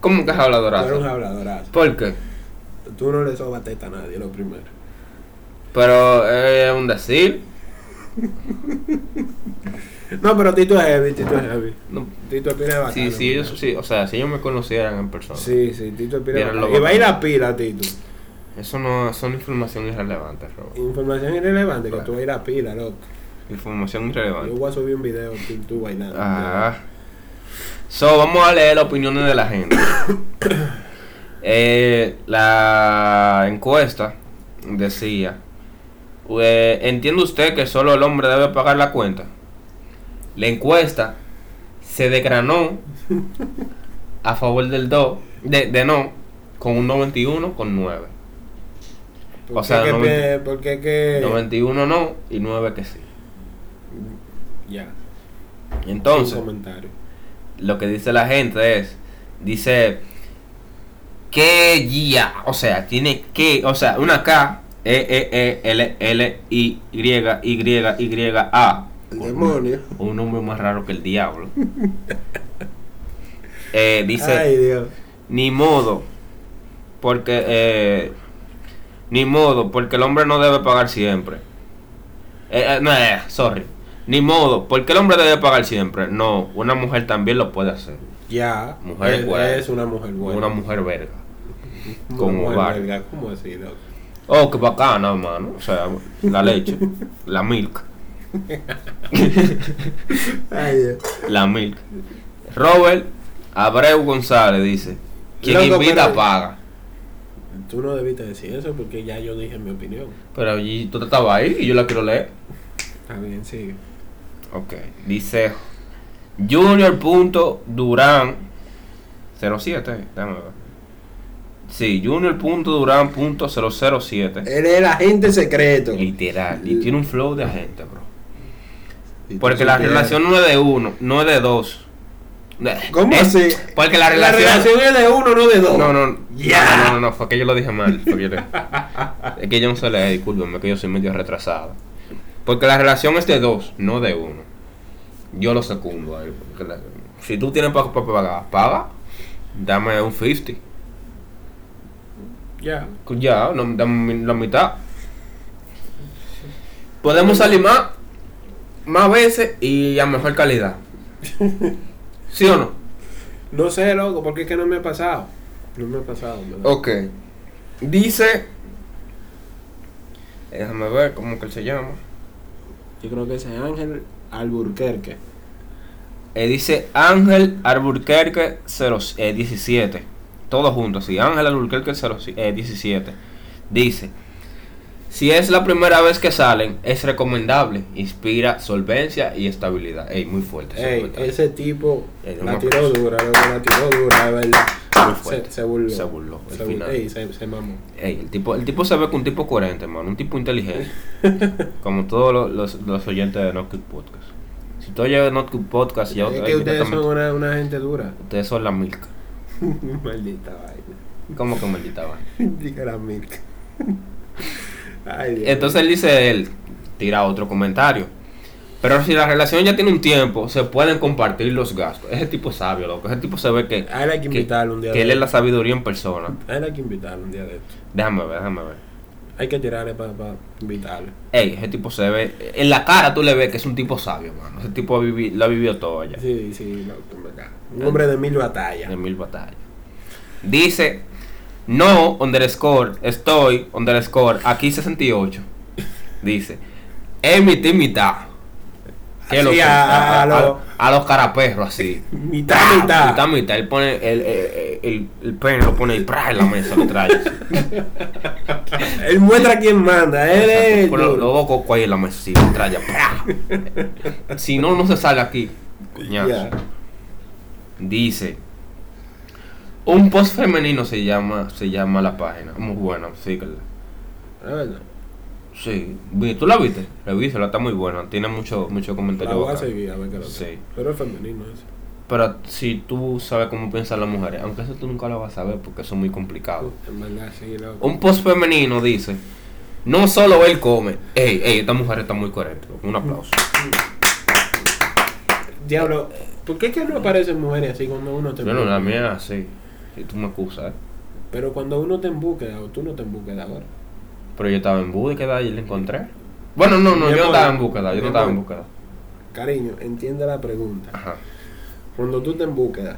[SPEAKER 2] ¿Cómo que es
[SPEAKER 1] tú eres un
[SPEAKER 2] habladorazo?
[SPEAKER 1] habladorazo.
[SPEAKER 2] ¿Por qué?
[SPEAKER 1] Tú no le sobas teta a nadie, lo primero.
[SPEAKER 2] Pero eh, es un decir.
[SPEAKER 1] No, pero Tito es heavy, Tito es heavy.
[SPEAKER 2] No,
[SPEAKER 1] Tito es pila de bacano.
[SPEAKER 2] si, si ellos,
[SPEAKER 1] mira.
[SPEAKER 2] si- o sea, si ellos me conocieran en persona.
[SPEAKER 1] Sí, sí, Tito es pila de
[SPEAKER 2] Vieron lo
[SPEAKER 1] bacano. Y va a ir
[SPEAKER 2] bacano.
[SPEAKER 1] a pila, Tito.
[SPEAKER 2] Eso no son información irrelevante, Robert.
[SPEAKER 1] Información irrelevante, que
[SPEAKER 2] Claro. Ah.
[SPEAKER 1] tú vas a ir a pila, loco.
[SPEAKER 2] Información
[SPEAKER 1] Yo
[SPEAKER 2] irrelevante.
[SPEAKER 1] voy a subir un video, tú, tú bailando.
[SPEAKER 2] Ajá. So, vamos a leer las opiniones de la gente. Eh, la encuesta decía: eh, ¿Entiende usted que solo el hombre debe pagar la cuenta? La encuesta se desgranó a favor del 2, de, de no, con un 91 con 9.
[SPEAKER 1] ¿Por
[SPEAKER 2] O
[SPEAKER 1] qué
[SPEAKER 2] sea,
[SPEAKER 1] que,
[SPEAKER 2] no
[SPEAKER 1] pe- ¿Por qué que.?
[SPEAKER 2] 91 no y 9 que sí.
[SPEAKER 1] Ya.
[SPEAKER 2] Entonces,
[SPEAKER 1] Sin comentario.
[SPEAKER 2] lo que dice la gente es, dice, que guía, o sea, tiene que, o sea, una K E, E-E-E-L-L-Y-Y-Y-A.
[SPEAKER 1] El demonio.
[SPEAKER 2] Un nombre más raro que el diablo. Eh, dice,
[SPEAKER 1] Ay, Dios.
[SPEAKER 2] ni modo, porque, eh, ni modo, porque el hombre no debe pagar siempre. Eh, eh, no, eh, sorry. Ni modo, porque el hombre debe pagar siempre. No, una mujer también lo puede hacer.
[SPEAKER 1] Ya.
[SPEAKER 2] Mujer
[SPEAKER 1] es,
[SPEAKER 2] buena.
[SPEAKER 1] es una mujer buena.
[SPEAKER 2] Una mujer verga.
[SPEAKER 1] Una
[SPEAKER 2] con
[SPEAKER 1] mujer
[SPEAKER 2] hogar.
[SPEAKER 1] verga, ¿Cómo así, loco?
[SPEAKER 2] Oh, qué bacana, hermano. O sea, la leche, la milk.
[SPEAKER 1] Ay, Dios.
[SPEAKER 2] La milk. Robert Abreu González dice: Quien
[SPEAKER 1] Loco,
[SPEAKER 2] invita
[SPEAKER 1] pero-
[SPEAKER 2] paga.
[SPEAKER 1] Tú no debiste decir eso porque ya yo dije mi opinión.
[SPEAKER 2] Pero allí tú estabas ahí y yo la quiero leer.
[SPEAKER 1] Está bien, sigue.
[SPEAKER 2] Ok. Dice Junior.Durán07. Déjame ver. Sí, Junior.Durán.007.
[SPEAKER 1] Él es el agente secreto.
[SPEAKER 2] Literal. Y tiene un flow de agente, bro.
[SPEAKER 1] Si tú
[SPEAKER 2] Porque la
[SPEAKER 1] supieras.
[SPEAKER 2] relación no es de uno, no es de dos.
[SPEAKER 1] ¿Cómo
[SPEAKER 2] Eh,
[SPEAKER 1] así?
[SPEAKER 2] Porque la relación.
[SPEAKER 1] es de uno, no de dos.
[SPEAKER 2] No, no,
[SPEAKER 1] Ya.
[SPEAKER 2] no, no, no, fue que yo lo dije mal. fue que yo le- es que yo no sé leer, discúlpenme, que yo soy medio retrasado. Porque la relación es de dos, no de uno. Yo lo secundo. a él, porque la- si tú tienes para pagar, paga. Dame un 50.
[SPEAKER 1] Ya.
[SPEAKER 2] Ya, no, dame mi- la mitad. Podemos salir más, más veces y a mejor calidad. ¿Sí o no?
[SPEAKER 1] No sé, loco, porque es que no me ha pasado. No me ha pasado. en ¿verdad?
[SPEAKER 2] Ok. Dice. eh, Déjame ver cómo que él se llama.
[SPEAKER 1] Yo creo que ese es Ángel Alburquerque.
[SPEAKER 2] Eh, dice Ángel Alburquerque 0, eh, 17. Todos juntos, sí. Ángel Alburquerque 0, eh, 17. Dice. Si es la primera vez que salen, es recomendable. Inspira solvencia y estabilidad. Ey, muy fuerte. ese
[SPEAKER 1] Ey,
[SPEAKER 2] comentario.
[SPEAKER 1] ese tipo
[SPEAKER 2] Ey,
[SPEAKER 1] la
[SPEAKER 2] no
[SPEAKER 1] tiró
[SPEAKER 2] me-
[SPEAKER 1] dura, loco, la tiró dura, de verdad.
[SPEAKER 2] Muy
[SPEAKER 1] Se,
[SPEAKER 2] fuerte.
[SPEAKER 1] se burló.
[SPEAKER 2] Se burló, el
[SPEAKER 1] Se, bur-
[SPEAKER 2] final.
[SPEAKER 1] ey, se, se mamó.
[SPEAKER 2] Ey, el, tipo, el tipo se ve que un tipo coherente, hermano. Un tipo inteligente. como todos los, los- los oyentes de Not Good Podcast. Si tú oyes Not Good Podcast, ya ey,
[SPEAKER 1] es que ustedes
[SPEAKER 2] inmediatamente-
[SPEAKER 1] son una, una gente dura.
[SPEAKER 2] ustedes son la milka.
[SPEAKER 1] Maldita vaina.
[SPEAKER 2] ¿Cómo que maldita vaina?
[SPEAKER 1] Diga la milk. Ay, Dios.
[SPEAKER 2] Entonces él dice él, tira otro comentario. Pero si la relación ya tiene un tiempo, se pueden compartir los gastos. Ese tipo es sabio, loco. Ese tipo se ve que,
[SPEAKER 1] A él hay que
[SPEAKER 2] que,
[SPEAKER 1] invitarlo un día
[SPEAKER 2] que
[SPEAKER 1] de
[SPEAKER 2] él es
[SPEAKER 1] esto.
[SPEAKER 2] la sabiduría en persona.
[SPEAKER 1] A él hay que invitarlo un día de esto.
[SPEAKER 2] Déjame ver, déjame ver.
[SPEAKER 1] Hay que tirarle para invitarle.
[SPEAKER 2] Ey, ese tipo se ve. En la cara tú le ves que es un tipo sabio, mano. Ese tipo ha vivi- lo ha vivido todo ya.
[SPEAKER 1] Sí, sí, no, en verdad. Un hombre de mil batallas.
[SPEAKER 2] de mil batallas. Dice, no, underscore, estoy, underscore, aquí 68. Dice, es mitad y mitad. Que
[SPEAKER 1] Así,
[SPEAKER 2] lo-
[SPEAKER 1] a-
[SPEAKER 2] a,
[SPEAKER 1] a lo-
[SPEAKER 2] a los caraperros, así.
[SPEAKER 1] Mitad,
[SPEAKER 2] Ah,
[SPEAKER 1] mitad.
[SPEAKER 2] Mitad, mitad. Él pone el, el, el- el pene, lo pone y ¡prá! en la mesa, lo trae. así.
[SPEAKER 1] Él muestra quién manda. Él es el
[SPEAKER 2] Pone los
[SPEAKER 1] duro.
[SPEAKER 2] dos cocos ahí en la mesa, así, lo trae. ¡prá! Si no, no se sale aquí. Coñazo.
[SPEAKER 1] Ya.
[SPEAKER 2] Dice. Un post femenino se llama, se llama la página. Muy buena, síguela.
[SPEAKER 1] Ah, bueno.
[SPEAKER 2] Sí. Vi- ¿Tú la viste? Revísala, está muy buena. Tiene mucho, mucho
[SPEAKER 1] La
[SPEAKER 2] comentario.
[SPEAKER 1] voy a
[SPEAKER 2] bacano.
[SPEAKER 1] seguir a ver qué lo que-
[SPEAKER 2] Sí.
[SPEAKER 1] Pero es femenino eso.
[SPEAKER 2] Pero si tú sabes cómo piensan las mujeres, aunque eso tú nunca lo vas a saber porque eso es muy complicado.
[SPEAKER 1] En verdad, sí, loco.
[SPEAKER 2] Un post femenino dice, no solo él come. Ey, ey, esta mujer está muy coherente. Un aplauso.
[SPEAKER 1] Mm, Diablo, ¿por qué es que no aparecen mujeres así cuando uno te
[SPEAKER 2] Yo no,
[SPEAKER 1] embusca?
[SPEAKER 2] la mía así. Y tú me acusas, ¿eh?
[SPEAKER 1] Pero cuando uno te en búsqueda, o tú no te en búsqueda ahora.
[SPEAKER 2] Pero yo estaba en búsqueda y la encontré. Bueno, no, no,
[SPEAKER 1] Mi
[SPEAKER 2] yo no
[SPEAKER 1] amor,
[SPEAKER 2] estaba en búsqueda, yo
[SPEAKER 1] mi
[SPEAKER 2] no estaba en
[SPEAKER 1] amor.
[SPEAKER 2] búsqueda.
[SPEAKER 1] Cariño, entiende la pregunta.
[SPEAKER 2] Ajá.
[SPEAKER 1] Cuando tú te en búsqueda,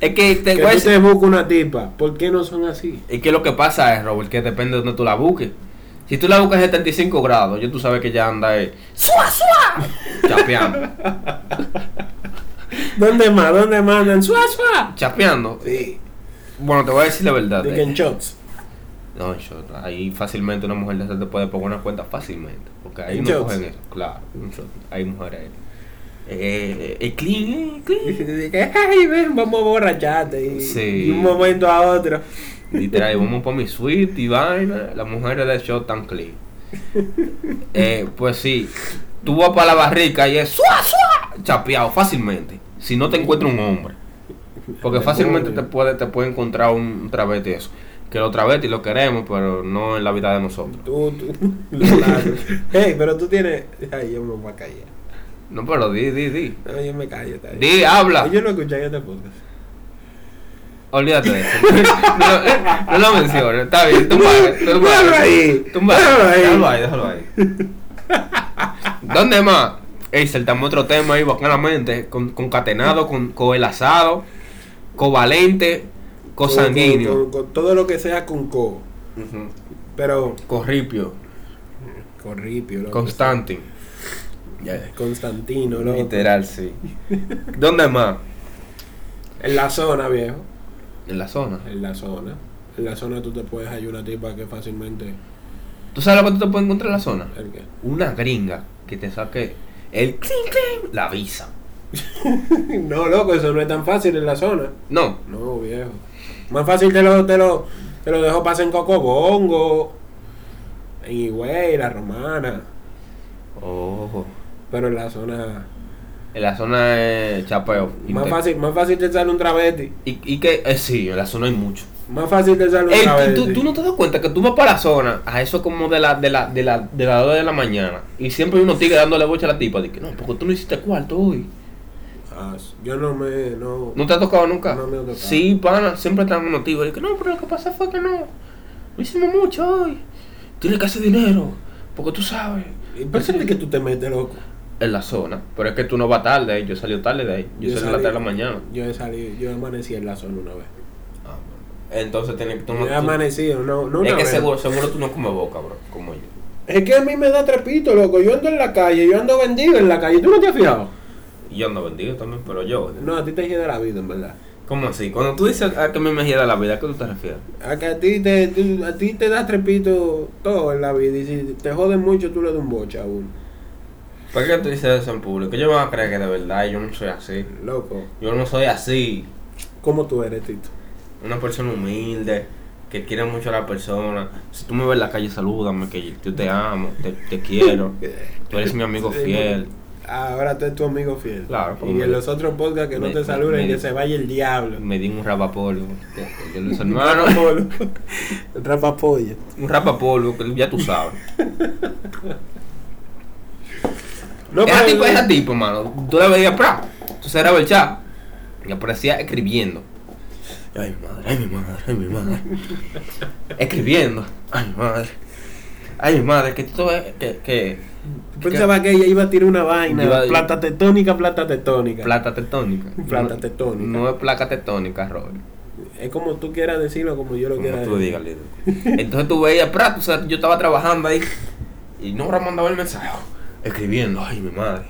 [SPEAKER 2] Es que te
[SPEAKER 1] que
[SPEAKER 2] voy a
[SPEAKER 1] tú
[SPEAKER 2] decir-
[SPEAKER 1] te buscas una tipa, ¿por qué no son así?
[SPEAKER 2] Es que lo que pasa es, Robert, que depende de donde tú la busques. Si tú la buscas a 75 grados, yo tú sabes que ya anda eh, ¡Sua, sua! Chapeando.
[SPEAKER 1] ¿Dónde más? ¿Dónde mandan? ¡Suá, suá!
[SPEAKER 2] Chapeando.
[SPEAKER 1] Sí.
[SPEAKER 2] Bueno, te voy a decir la verdad.
[SPEAKER 1] De que
[SPEAKER 2] eh.
[SPEAKER 1] en shots.
[SPEAKER 2] No, yo, ahí fácilmente una mujer de esas te puede poner una cuenta fácilmente. Porque ahí
[SPEAKER 1] En
[SPEAKER 2] no
[SPEAKER 1] shots.
[SPEAKER 2] cogen eso. Claro, en shots. hay mujeres. Eh, eh, eh, clean, eh, clean.
[SPEAKER 1] De que, ay, ven, vamos a borracharte. Y,
[SPEAKER 2] Sí.
[SPEAKER 1] y un momento a otro.
[SPEAKER 2] Literal, vamos para mi suite y vaina. Las mujeres de show tan clean. Eh, pues sí, tú vas para la barrica y es ¡sua, sua! chapeado fácilmente. Si no te encuentra un hombre, porque fácilmente te puede, te puede encontrar un través de eso. que los travestis lo queremos, pero no en la vida de nosotros.
[SPEAKER 1] Tú, tú. lo largo. Hey, pero tú tienes. Ay, yo me voy a callar.
[SPEAKER 2] No, pero di, di, di.
[SPEAKER 1] No, yo me callo. está bien.
[SPEAKER 2] Di, habla.
[SPEAKER 1] Yo no escuché este podcast.
[SPEAKER 2] Olvídate de eso. No, no lo menciones. Está bien, tumba. Tumba
[SPEAKER 1] Déjalo ahí.
[SPEAKER 2] Tumba.
[SPEAKER 1] Déjalo ahí.
[SPEAKER 2] Déjalo ahí, déjalo ahí. ¿Dónde más? Ey, saltamos otro tema ahí bacanamente. Con, concatenado, con, con el asado, covalente, cosanguíneo.
[SPEAKER 1] Con- con- con todo lo que sea con co.
[SPEAKER 2] Ujú.
[SPEAKER 1] Pero.
[SPEAKER 2] Corripio,
[SPEAKER 1] Con ripio, loco.
[SPEAKER 2] Constantin. Ya,
[SPEAKER 1] Constantino, loco.
[SPEAKER 2] Literal, sí. ¿Dónde más?
[SPEAKER 1] En la zona, viejo.
[SPEAKER 2] En la zona.
[SPEAKER 1] En la zona. En la zona tú te puedes hallar una tipa que fácilmente.
[SPEAKER 2] ¿Tú sabes lo que tú te puedes encontrar en la zona?
[SPEAKER 1] ¿El qué?
[SPEAKER 2] Una gringa que te saque el clink, clink, la visa.
[SPEAKER 1] No, loco, eso no es tan fácil en la zona.
[SPEAKER 2] No,
[SPEAKER 1] No, viejo. Más fácil te lo, te lo, te lo dejo pasar en Cocobongo, en Higüey, la Romana.
[SPEAKER 2] Oh,
[SPEAKER 1] Pero en la zona.
[SPEAKER 2] en la zona de chapeo.
[SPEAKER 1] Más fácil, más fácil te sale un travesti.
[SPEAKER 2] Y, y que, eh, sí, en la zona hay mucho.
[SPEAKER 1] Más fácil te sale un
[SPEAKER 2] Ey,
[SPEAKER 1] travesti.
[SPEAKER 2] tú, tú- tú no te das cuenta que tú vas para la zona, a eso como de la de la de la de las 2 de la mañana, y siempre hay unos tigres dándole bocha a la tipa, de que no, porque tú no hiciste cuarto hoy.
[SPEAKER 1] Ah, yo no me. No,
[SPEAKER 2] ¿No te ha tocado nunca?
[SPEAKER 1] No me ha tocado.
[SPEAKER 2] Sí, pana, siempre están unos tigres, de que no, pero lo que pasa fue que no, no hicimos mucho hoy. Tienes que hacer dinero, porque tú sabes.
[SPEAKER 1] Y parece que tú te metes, loco.
[SPEAKER 2] En la zona, pero es que tú no vas tarde, ¿eh? yo salí tarde de ahí, yo, salí a las 3 de la mañana. Ah,
[SPEAKER 1] Yo he salido, yo amanecí en la zona una vez.
[SPEAKER 2] Entonces tienes que
[SPEAKER 1] yo he amanecido, no, no una
[SPEAKER 2] es que
[SPEAKER 1] vez.
[SPEAKER 2] seguro, seguro tú no comes boca, bro, como yo.
[SPEAKER 1] Es que a mí me da trepito, loco. Yo ando en la calle, yo ando vendido en la calle. ¿Tú no te has fijado?
[SPEAKER 2] Y Yo ando vendido también, pero yo.
[SPEAKER 1] No, a ti te de la vida, en verdad.
[SPEAKER 2] ¿Cómo así? Cuando tú dices a que me me da la vida, ¿a qué tú te refieres?
[SPEAKER 1] A que a ti te, tú- a ti te da trepito todo en la vida. Y si te joden mucho, tú le das un boche a uno.
[SPEAKER 2] ¿Por qué tú dices eso en público? Yo me voy a creer que de verdad yo no soy así.
[SPEAKER 1] Loco,
[SPEAKER 2] Yo no soy así.
[SPEAKER 1] ¿cómo tú eres, Tito?
[SPEAKER 2] Una persona humilde, que quiere mucho a la persona. Si tú me ves en la calle, salúdame, que yo te amo, te, te quiero. Tú eres mi amigo fiel.
[SPEAKER 1] Ahora tú eres tu amigo fiel.
[SPEAKER 2] Claro,
[SPEAKER 1] Y
[SPEAKER 2] me-
[SPEAKER 1] en los otros podcasts que no
[SPEAKER 2] me-
[SPEAKER 1] te saluden,
[SPEAKER 2] me-
[SPEAKER 1] que se vaya el diablo.
[SPEAKER 2] Me di un rapapolvo. Yo le hice, hermano,
[SPEAKER 1] Rapapolvo. Rapapolla.
[SPEAKER 2] un rapapolvo, que ya tú sabes.
[SPEAKER 1] No,
[SPEAKER 2] esa
[SPEAKER 1] pero-
[SPEAKER 2] tipo, esa tipo, mano. Tú la veías, pra. Tú cerrabas el chat y aparecía escribiendo. Ay, mi madre, ay, mi madre, ay, mi madre. escribiendo. Ay, mi madre. Ay, mi madre, que esto es. Que, que
[SPEAKER 1] Yo Pensaba que ella iba a tirar una vaina.
[SPEAKER 2] Iba a-
[SPEAKER 1] Plata tectónica, plata tectónica.
[SPEAKER 2] plata tectónica.
[SPEAKER 1] Plata
[SPEAKER 2] No-
[SPEAKER 1] tectónica.
[SPEAKER 2] No es placa tectónica, Robert.
[SPEAKER 1] Es como tú quieras decirlo, como yo lo
[SPEAKER 2] Como
[SPEAKER 1] quiera
[SPEAKER 2] tú
[SPEAKER 1] decir.
[SPEAKER 2] digas, líder. Entonces tú veías, pra, tú sabes, yo estaba trabajando ahí y no mandaba el mensaje. Escribiendo, ay, mi madre.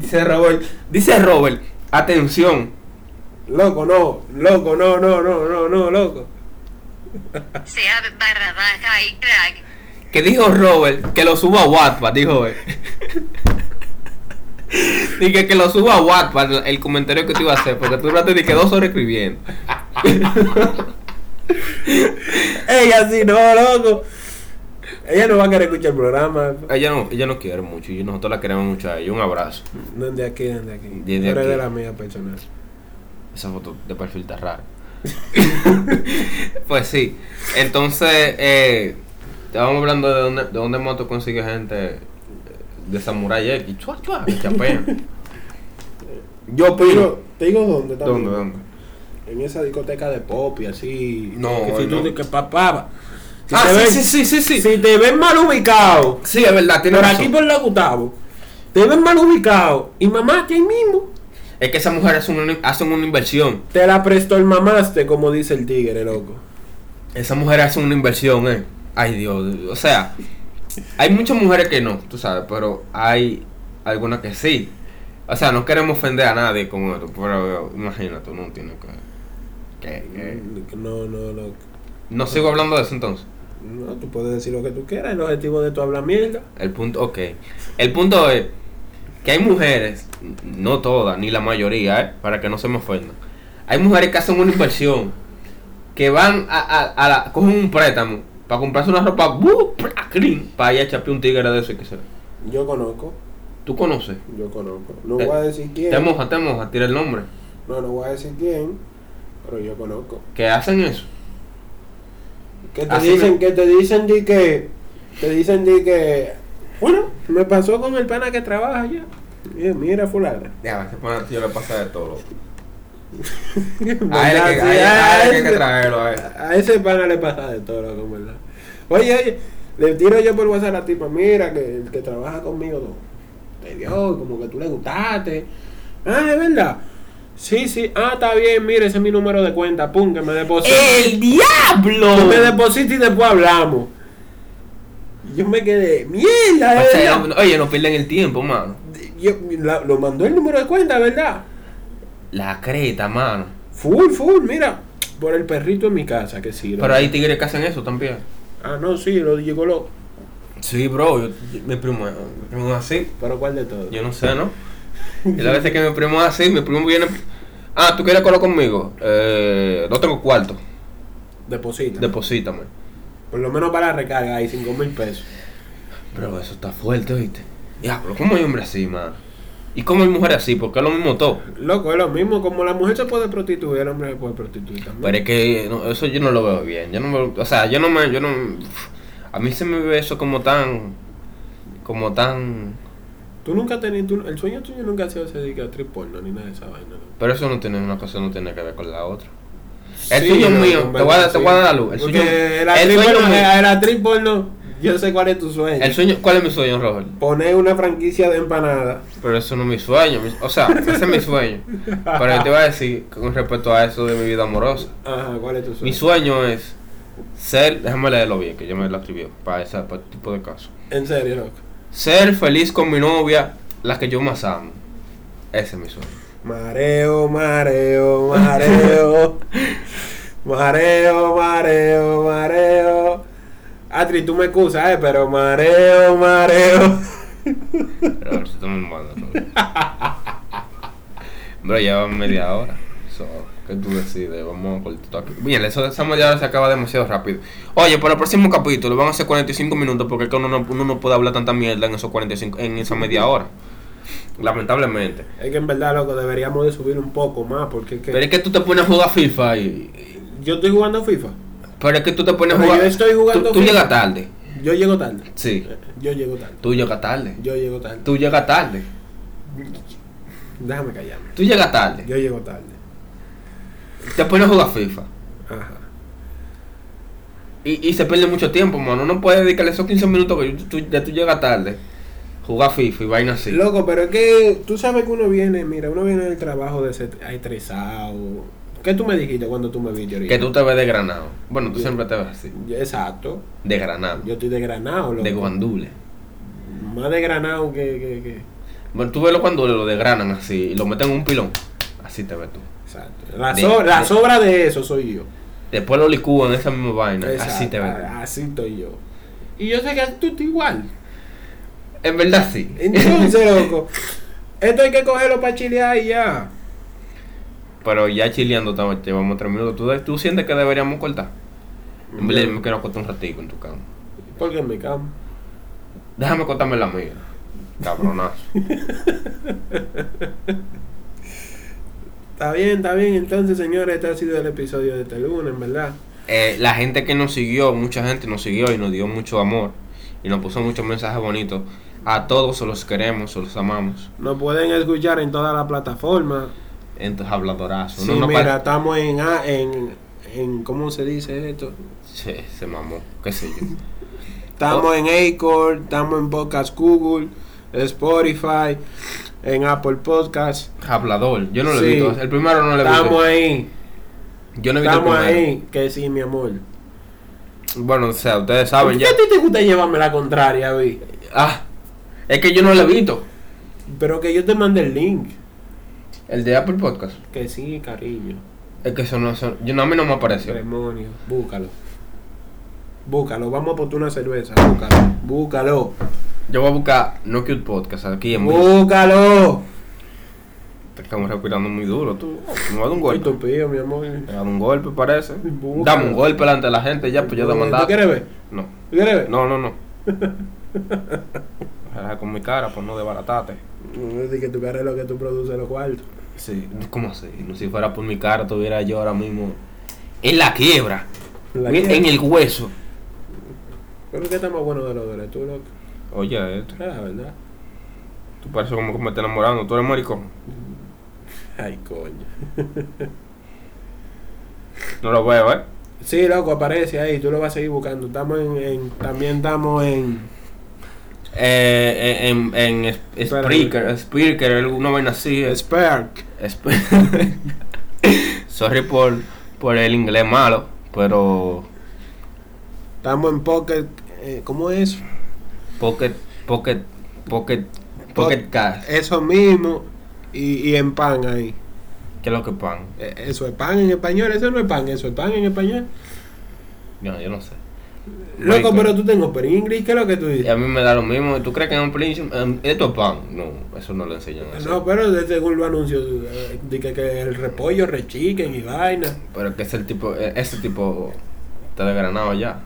[SPEAKER 2] Dice Robert, dice Robert, atención,
[SPEAKER 1] Loco, no, loco, no, no, no, no, no, loco.
[SPEAKER 3] Seab barra baja y crack.
[SPEAKER 2] Que dijo Robert que lo suba a Wattpad, dijo él. Dije que lo suba a Wattpad el comentario que tú ibas a hacer, porque tú duraste de que dos horas escribiendo.
[SPEAKER 1] Ella sí, no, loco. Ella no va a querer escuchar el programa.
[SPEAKER 2] Ah, Ella no, ella no quiere mucho y nosotros la queremos mucho a ella. Un abrazo.
[SPEAKER 1] No es de aquí, no es de aquí.
[SPEAKER 2] Desde
[SPEAKER 1] Pero es
[SPEAKER 2] aquí.
[SPEAKER 1] de la mía personal.
[SPEAKER 2] Esa foto de perfil está rara. pues sí. Entonces, eh, estábamos hablando de dónde, de dónde Moto consigue gente eh, de Samurai X. Chua, chua, que chapean. Yo
[SPEAKER 1] Te digo, te digo dónde también.
[SPEAKER 2] ¿Dónde, dónde?
[SPEAKER 1] En esa discoteca de pop y así.
[SPEAKER 2] No,
[SPEAKER 1] que si tú
[SPEAKER 2] no.
[SPEAKER 1] dices que papá. Si
[SPEAKER 2] ah,
[SPEAKER 1] te
[SPEAKER 2] sí,
[SPEAKER 1] ven-
[SPEAKER 2] sí, sí, sí, sí.
[SPEAKER 1] Si te ven mal ubicado,
[SPEAKER 2] Sí, es verdad, tiene
[SPEAKER 1] por
[SPEAKER 2] razón.
[SPEAKER 1] aquí por la Gustavo, te ven mal ubicado y mamá que ahí mismo.
[SPEAKER 2] Es que esas mujeres hacen una, hacen una inversión.
[SPEAKER 1] Te la prestó el mamaste, como dice el tigre, loco.
[SPEAKER 2] Esas mujeres hacen una inversión, eh. Ay, Dios. O sea, hay muchas mujeres que no, tú sabes, pero hay algunas que sí. O sea, no queremos ofender a nadie con esto, pero imagínate, no tiene que. que- que-
[SPEAKER 1] No, no, loco.
[SPEAKER 2] No sigo hablando de eso entonces.
[SPEAKER 1] No, tú puedes decir lo que tú quieras, el objetivo de tu habla mierda.
[SPEAKER 2] El punto, ok. El punto es que hay mujeres, no todas, ni la mayoría, ¿eh? para que no se me ofendan. Hay mujeres que hacen una inversión, que van a, a, a la, cogen un préstamo para comprarse una ropa, ¡bu! ¡pra! ¡crin! para ir a echar un tigre de eso y que se
[SPEAKER 1] Yo conozco,
[SPEAKER 2] Tú conoces.
[SPEAKER 1] yo conozco. No
[SPEAKER 2] Te-
[SPEAKER 1] voy a decir quién.
[SPEAKER 2] Te moja, te moja, tira el nombre.
[SPEAKER 1] No, no voy a decir quién, pero yo conozco.
[SPEAKER 2] Que hacen eso.
[SPEAKER 1] Que te
[SPEAKER 2] Así
[SPEAKER 1] dicen,
[SPEAKER 2] no.
[SPEAKER 1] que te dicen di que. Te dicen di que. Bueno, me pasó con el pana que trabaja allá. Y yo, Mira, fulana.
[SPEAKER 2] Déjame, este pana tío le pasa de todo. A él
[SPEAKER 1] ¿Verdad?
[SPEAKER 2] hay que,
[SPEAKER 1] Sí,
[SPEAKER 2] a él- a él hay que
[SPEAKER 1] este-
[SPEAKER 2] traerlo a él.
[SPEAKER 1] A ese pana le pasa de todo, loco, ¿verdad? Oye, oye, le tiro yo por WhatsApp a la tipa, mira, que el que trabaja conmigo no, te vio, como que tú le gustaste. Ah, es verdad. Sí, sí, ah, está bien, mire, ese es mi número de cuenta, pum, que me deposite.
[SPEAKER 4] ¡El diablo!
[SPEAKER 1] Que me deposite y después hablamos. Yo me quedé,
[SPEAKER 2] O
[SPEAKER 1] mierda, es
[SPEAKER 2] sea,
[SPEAKER 1] verdad".
[SPEAKER 2] no- oye, no pierden el tiempo, mano.
[SPEAKER 1] Yo, la- lo mandó el número de cuenta, ¿verdad?
[SPEAKER 2] La creta, mano.
[SPEAKER 1] Full, full, mira, por el perrito en mi casa, que sirve.
[SPEAKER 2] Pero hay tigres que hacen eso también.
[SPEAKER 1] Ah, no, sí, lo llegó lo.
[SPEAKER 2] Sí, bro, yo- yo- mi, primo, mi primo es así.
[SPEAKER 1] Pero ¿cuál de todos?
[SPEAKER 2] Yo no sé, ¿no? Y la veces que mi primo es así, mi primo viene. Ah, ¿tú quieres colar conmigo? Eh, no tengo cuarto.
[SPEAKER 1] Deposita.
[SPEAKER 2] Deposítame.
[SPEAKER 1] Por lo menos para la recarga hay 5 mil pesos.
[SPEAKER 2] Bro, eso está fuerte, ¿viste? Diablo, ¿cómo hay hombres así, mano? ¿Y cómo hay mujeres así? Porque es lo mismo todo.
[SPEAKER 1] Loco, es lo mismo. Como la mujer se puede prostituir, el hombre se puede prostituir también.
[SPEAKER 2] Pero es que no, eso yo no lo veo bien. Yo no me- o sea, yo no me, yo no, a mí se me ve eso como tan, como tan,
[SPEAKER 1] Tú nunca has tenido. tú- el sueño tuyo nunca ha sido ese de que actriz porno ni nada de esa vaina. ¿no?
[SPEAKER 2] pero eso no tiene una cosa no tiene que ver con la otra. El
[SPEAKER 1] Sí,
[SPEAKER 2] sueño
[SPEAKER 1] no,
[SPEAKER 2] mío,
[SPEAKER 1] en
[SPEAKER 2] te voy, a,
[SPEAKER 1] verdad,
[SPEAKER 2] te
[SPEAKER 1] sí.
[SPEAKER 2] voy a dar luz. El
[SPEAKER 1] Porque
[SPEAKER 2] sueño,
[SPEAKER 1] el
[SPEAKER 2] el
[SPEAKER 1] actriz
[SPEAKER 2] sueño
[SPEAKER 1] porno,
[SPEAKER 2] mío-
[SPEAKER 1] el actriz porno, yo sé cuál es tu sueño.
[SPEAKER 2] el sueño- ¿cuál es mi sueño, Robert?
[SPEAKER 1] Poner una franquicia de empanadas.
[SPEAKER 2] Pero eso no es mi sueño, mi- o sea, ese es mi sueño. Pero yo te voy a decir con respecto a eso de mi vida amorosa.
[SPEAKER 1] Ajá, ¿cuál es tu sueño?
[SPEAKER 2] Mi sueño es ser, déjame leerlo bien, que yo me lo escribí para ese para este tipo de casos.
[SPEAKER 1] En serio, loco.
[SPEAKER 2] Ser feliz con mi novia, la que yo más amo. Ese es mi sueño.
[SPEAKER 1] Mareo, mareo, mareo. mareo, mareo, mareo. Atri, tú me excusas, eh, pero mareo, mareo.
[SPEAKER 2] Pero a ver si tú me mandas, ¿no? Bro, ya va media hora. So, ¿Qué tú decides? Vamos a cortar aquí. Bien, eso, esa media hora se acaba demasiado rápido. Oye, para el próximo capítulo van a ser 45 minutos porque es que uno no, uno no puede hablar tanta mierda en esos 45, en esa media hora. Lamentablemente.
[SPEAKER 1] Es que en verdad, loco, deberíamos de subir un poco más, porque es que
[SPEAKER 2] Pero es que tú te pones a jugar FIFA y...
[SPEAKER 1] yo estoy jugando FIFA.
[SPEAKER 2] Pero es que tú te pones a
[SPEAKER 1] Pero
[SPEAKER 2] jugar...
[SPEAKER 1] yo estoy
[SPEAKER 2] tú,
[SPEAKER 1] jugando
[SPEAKER 2] tú
[SPEAKER 1] FIFA.
[SPEAKER 2] llegas tarde.
[SPEAKER 1] Yo llego tarde.
[SPEAKER 2] Sí.
[SPEAKER 1] Yo llego tarde.
[SPEAKER 2] Tú llegas tarde.
[SPEAKER 1] Yo llego tarde.
[SPEAKER 2] Tú llegas tarde.
[SPEAKER 1] Déjame callarme.
[SPEAKER 2] Tú llegas tarde.
[SPEAKER 1] Yo llego tarde.
[SPEAKER 2] Te pones a jugar FIFA.
[SPEAKER 1] Ajá.
[SPEAKER 2] Y, y se pierde mucho tiempo, mano. No puedes dedicarle esos 15 minutos que tú, ya tú llegas tarde. Jugar FIFA y vaina así.
[SPEAKER 1] Loco, pero es que tú sabes que uno viene, mira, uno viene del trabajo de ser- estresado. ¿Qué tú me dijiste cuando tú me viste ahorita?
[SPEAKER 2] que tú te ves desgranado. Bueno, tú
[SPEAKER 1] Yo-
[SPEAKER 2] siempre te ves así.
[SPEAKER 1] Exacto.
[SPEAKER 2] Desgranado.
[SPEAKER 1] Yo estoy de Granado, loco.
[SPEAKER 2] De guandule.
[SPEAKER 1] Más de Granado que, que, que.
[SPEAKER 2] Bueno, tú ves los guandules, lo desgranan así y lo meten en un pilón. Así te ves tú.
[SPEAKER 1] Exacto. La,
[SPEAKER 2] De-
[SPEAKER 1] so- la
[SPEAKER 2] de-
[SPEAKER 1] sobra de eso soy yo.
[SPEAKER 2] Después lo licúan esa misma vaina. Así
[SPEAKER 1] Exacto.
[SPEAKER 2] te ves tú.
[SPEAKER 1] Ah, Así estoy yo. Y yo sé que tú estás igual.
[SPEAKER 2] En verdad sí.
[SPEAKER 1] Entonces, loco. Esto hay que cogerlo para chilear y ya.
[SPEAKER 2] Pero ya chileando, estamos- llevamos 3 minutos. ¿Tú, tú sientes que deberíamos cortar? En verdad, yo me quiero cortar un ratito en tu cama.
[SPEAKER 1] Porque en mi cama.
[SPEAKER 2] Déjame cortarme la mía. Cabronazo.
[SPEAKER 1] Está bien, está bien. Entonces, señores, este ha sido el episodio de este lunes, en verdad.
[SPEAKER 2] Eh, la gente que nos siguió, mucha gente nos siguió y nos dio mucho amor y nos puso muchos mensajes bonitos. A todos los queremos, los amamos.
[SPEAKER 1] Nos pueden escuchar en todas las plataformas.
[SPEAKER 2] Entonces, habladorazo.
[SPEAKER 1] Sí,
[SPEAKER 2] No, no
[SPEAKER 1] mira,
[SPEAKER 2] pa-
[SPEAKER 1] estamos en, A- en, en. ¿Cómo se dice esto?
[SPEAKER 2] Sí, se mamó, qué sé yo. Oh.
[SPEAKER 1] Estamos en Acor, estamos en Podcast Google, Spotify, en Apple Podcast.
[SPEAKER 2] Hablador, yo no lo he
[SPEAKER 1] Sí.
[SPEAKER 2] visto. El primero no lo he
[SPEAKER 1] Estamos
[SPEAKER 2] visto.
[SPEAKER 1] ahí,
[SPEAKER 2] Yo no he visto el
[SPEAKER 1] estamos
[SPEAKER 2] primero.
[SPEAKER 1] ahí. Que sí, mi amor.
[SPEAKER 2] Bueno, o sea, ustedes
[SPEAKER 1] ¿Por
[SPEAKER 2] saben
[SPEAKER 1] qué
[SPEAKER 2] ya.
[SPEAKER 1] a ti te gusta llevarme la contraria, vi?
[SPEAKER 2] Ah, es que yo no lo he visto.
[SPEAKER 1] Pero que yo te mande el link.
[SPEAKER 2] El de Apple Podcast.
[SPEAKER 1] Que sí, cariño.
[SPEAKER 2] Es que eso no, eso- yo, no a mí no me apareció.
[SPEAKER 1] Demonio, búscalo. Búscalo, vamos a poner una cerveza, búscalo. Búscalo.
[SPEAKER 2] Yo voy a buscar No Cute Podcast aquí en vivo.
[SPEAKER 1] Oh. Búscalo.
[SPEAKER 2] Te Estamos respirando muy duro, tú. Me va a dar un
[SPEAKER 1] Estoy
[SPEAKER 2] golpe.
[SPEAKER 1] tupido, mi amor.
[SPEAKER 2] Me da un golpe, parece.
[SPEAKER 1] Búscalo.
[SPEAKER 2] Dame un golpe delante de la gente ya, pues yo
[SPEAKER 1] ¿Tú
[SPEAKER 2] demandaba.
[SPEAKER 1] quieres ver?
[SPEAKER 2] No,
[SPEAKER 1] ¿Tú quieres ver?
[SPEAKER 2] no, no, no. Relaja con mi cara, pues no desbaratate.
[SPEAKER 1] Es decir, que tu cara es lo que tú produces los cuartos.
[SPEAKER 2] Sí, ¿cómo así? No, si fuera por mi cara, tuviera yo ahora mismo en la quiebra.
[SPEAKER 1] La
[SPEAKER 2] En,
[SPEAKER 1] que-
[SPEAKER 2] en el hueso.
[SPEAKER 1] Pero que está más bueno de los dólares, tú loco.
[SPEAKER 2] Oye, esto,
[SPEAKER 1] Ah, ¿verdad?
[SPEAKER 2] tú pareces como que me estás enamorando. Tú eres maricón.
[SPEAKER 1] Ay, coño.
[SPEAKER 2] No lo veo, ¿eh?
[SPEAKER 1] Sí, loco, aparece ahí, tú lo vas a seguir buscando. Estamos en, en- también estamos en
[SPEAKER 2] Eh, en, en, en
[SPEAKER 1] Espera.
[SPEAKER 2] Spreaker, Spreaker, alguna vaina así. eh. es-
[SPEAKER 1] Spark.
[SPEAKER 2] Espe- Sorry por, por el inglés malo, pero
[SPEAKER 1] Estamos en Pocket, eh, ¿cómo es?
[SPEAKER 2] Pocket, Pocket, Pocket, Pocket Cast,
[SPEAKER 1] Eso mismo y, y en pan ahí.
[SPEAKER 2] que es lo que pan.
[SPEAKER 1] Eh, Eso es pan en español, eso no es pan, eso es pan en español.
[SPEAKER 2] Yo, yo no sé.
[SPEAKER 1] Loco,
[SPEAKER 2] Marico.
[SPEAKER 1] pero tú tengo pero en inglés, ¿qué es lo que tú
[SPEAKER 2] Y a
[SPEAKER 1] dices?
[SPEAKER 2] mí me da lo mismo. ¿Tú crees que en un príncipe? em, esto es pan. No, eso no lo enseñan. así.
[SPEAKER 1] No, pero de- según los anuncios, eh, de que, que el repollo, rechiquen y vaina.
[SPEAKER 2] Pero que ese tipo, eh, ese tipo está desgranado ya.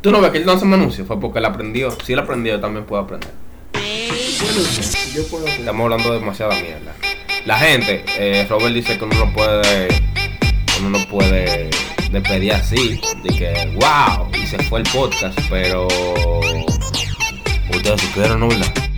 [SPEAKER 2] Tú no ves que él no hace un anuncio, fue porque él aprendió. Si él aprendió, también puede aprender.
[SPEAKER 1] Bueno, yo puedo hacer.
[SPEAKER 2] Estamos hablando de demasiada mierda. La gente, eh, Robert dice que uno no puede, uno no puede despedir así, de que wow, y se fue el podcast, pero ustedes supieron, ¿no? ¿Verdad?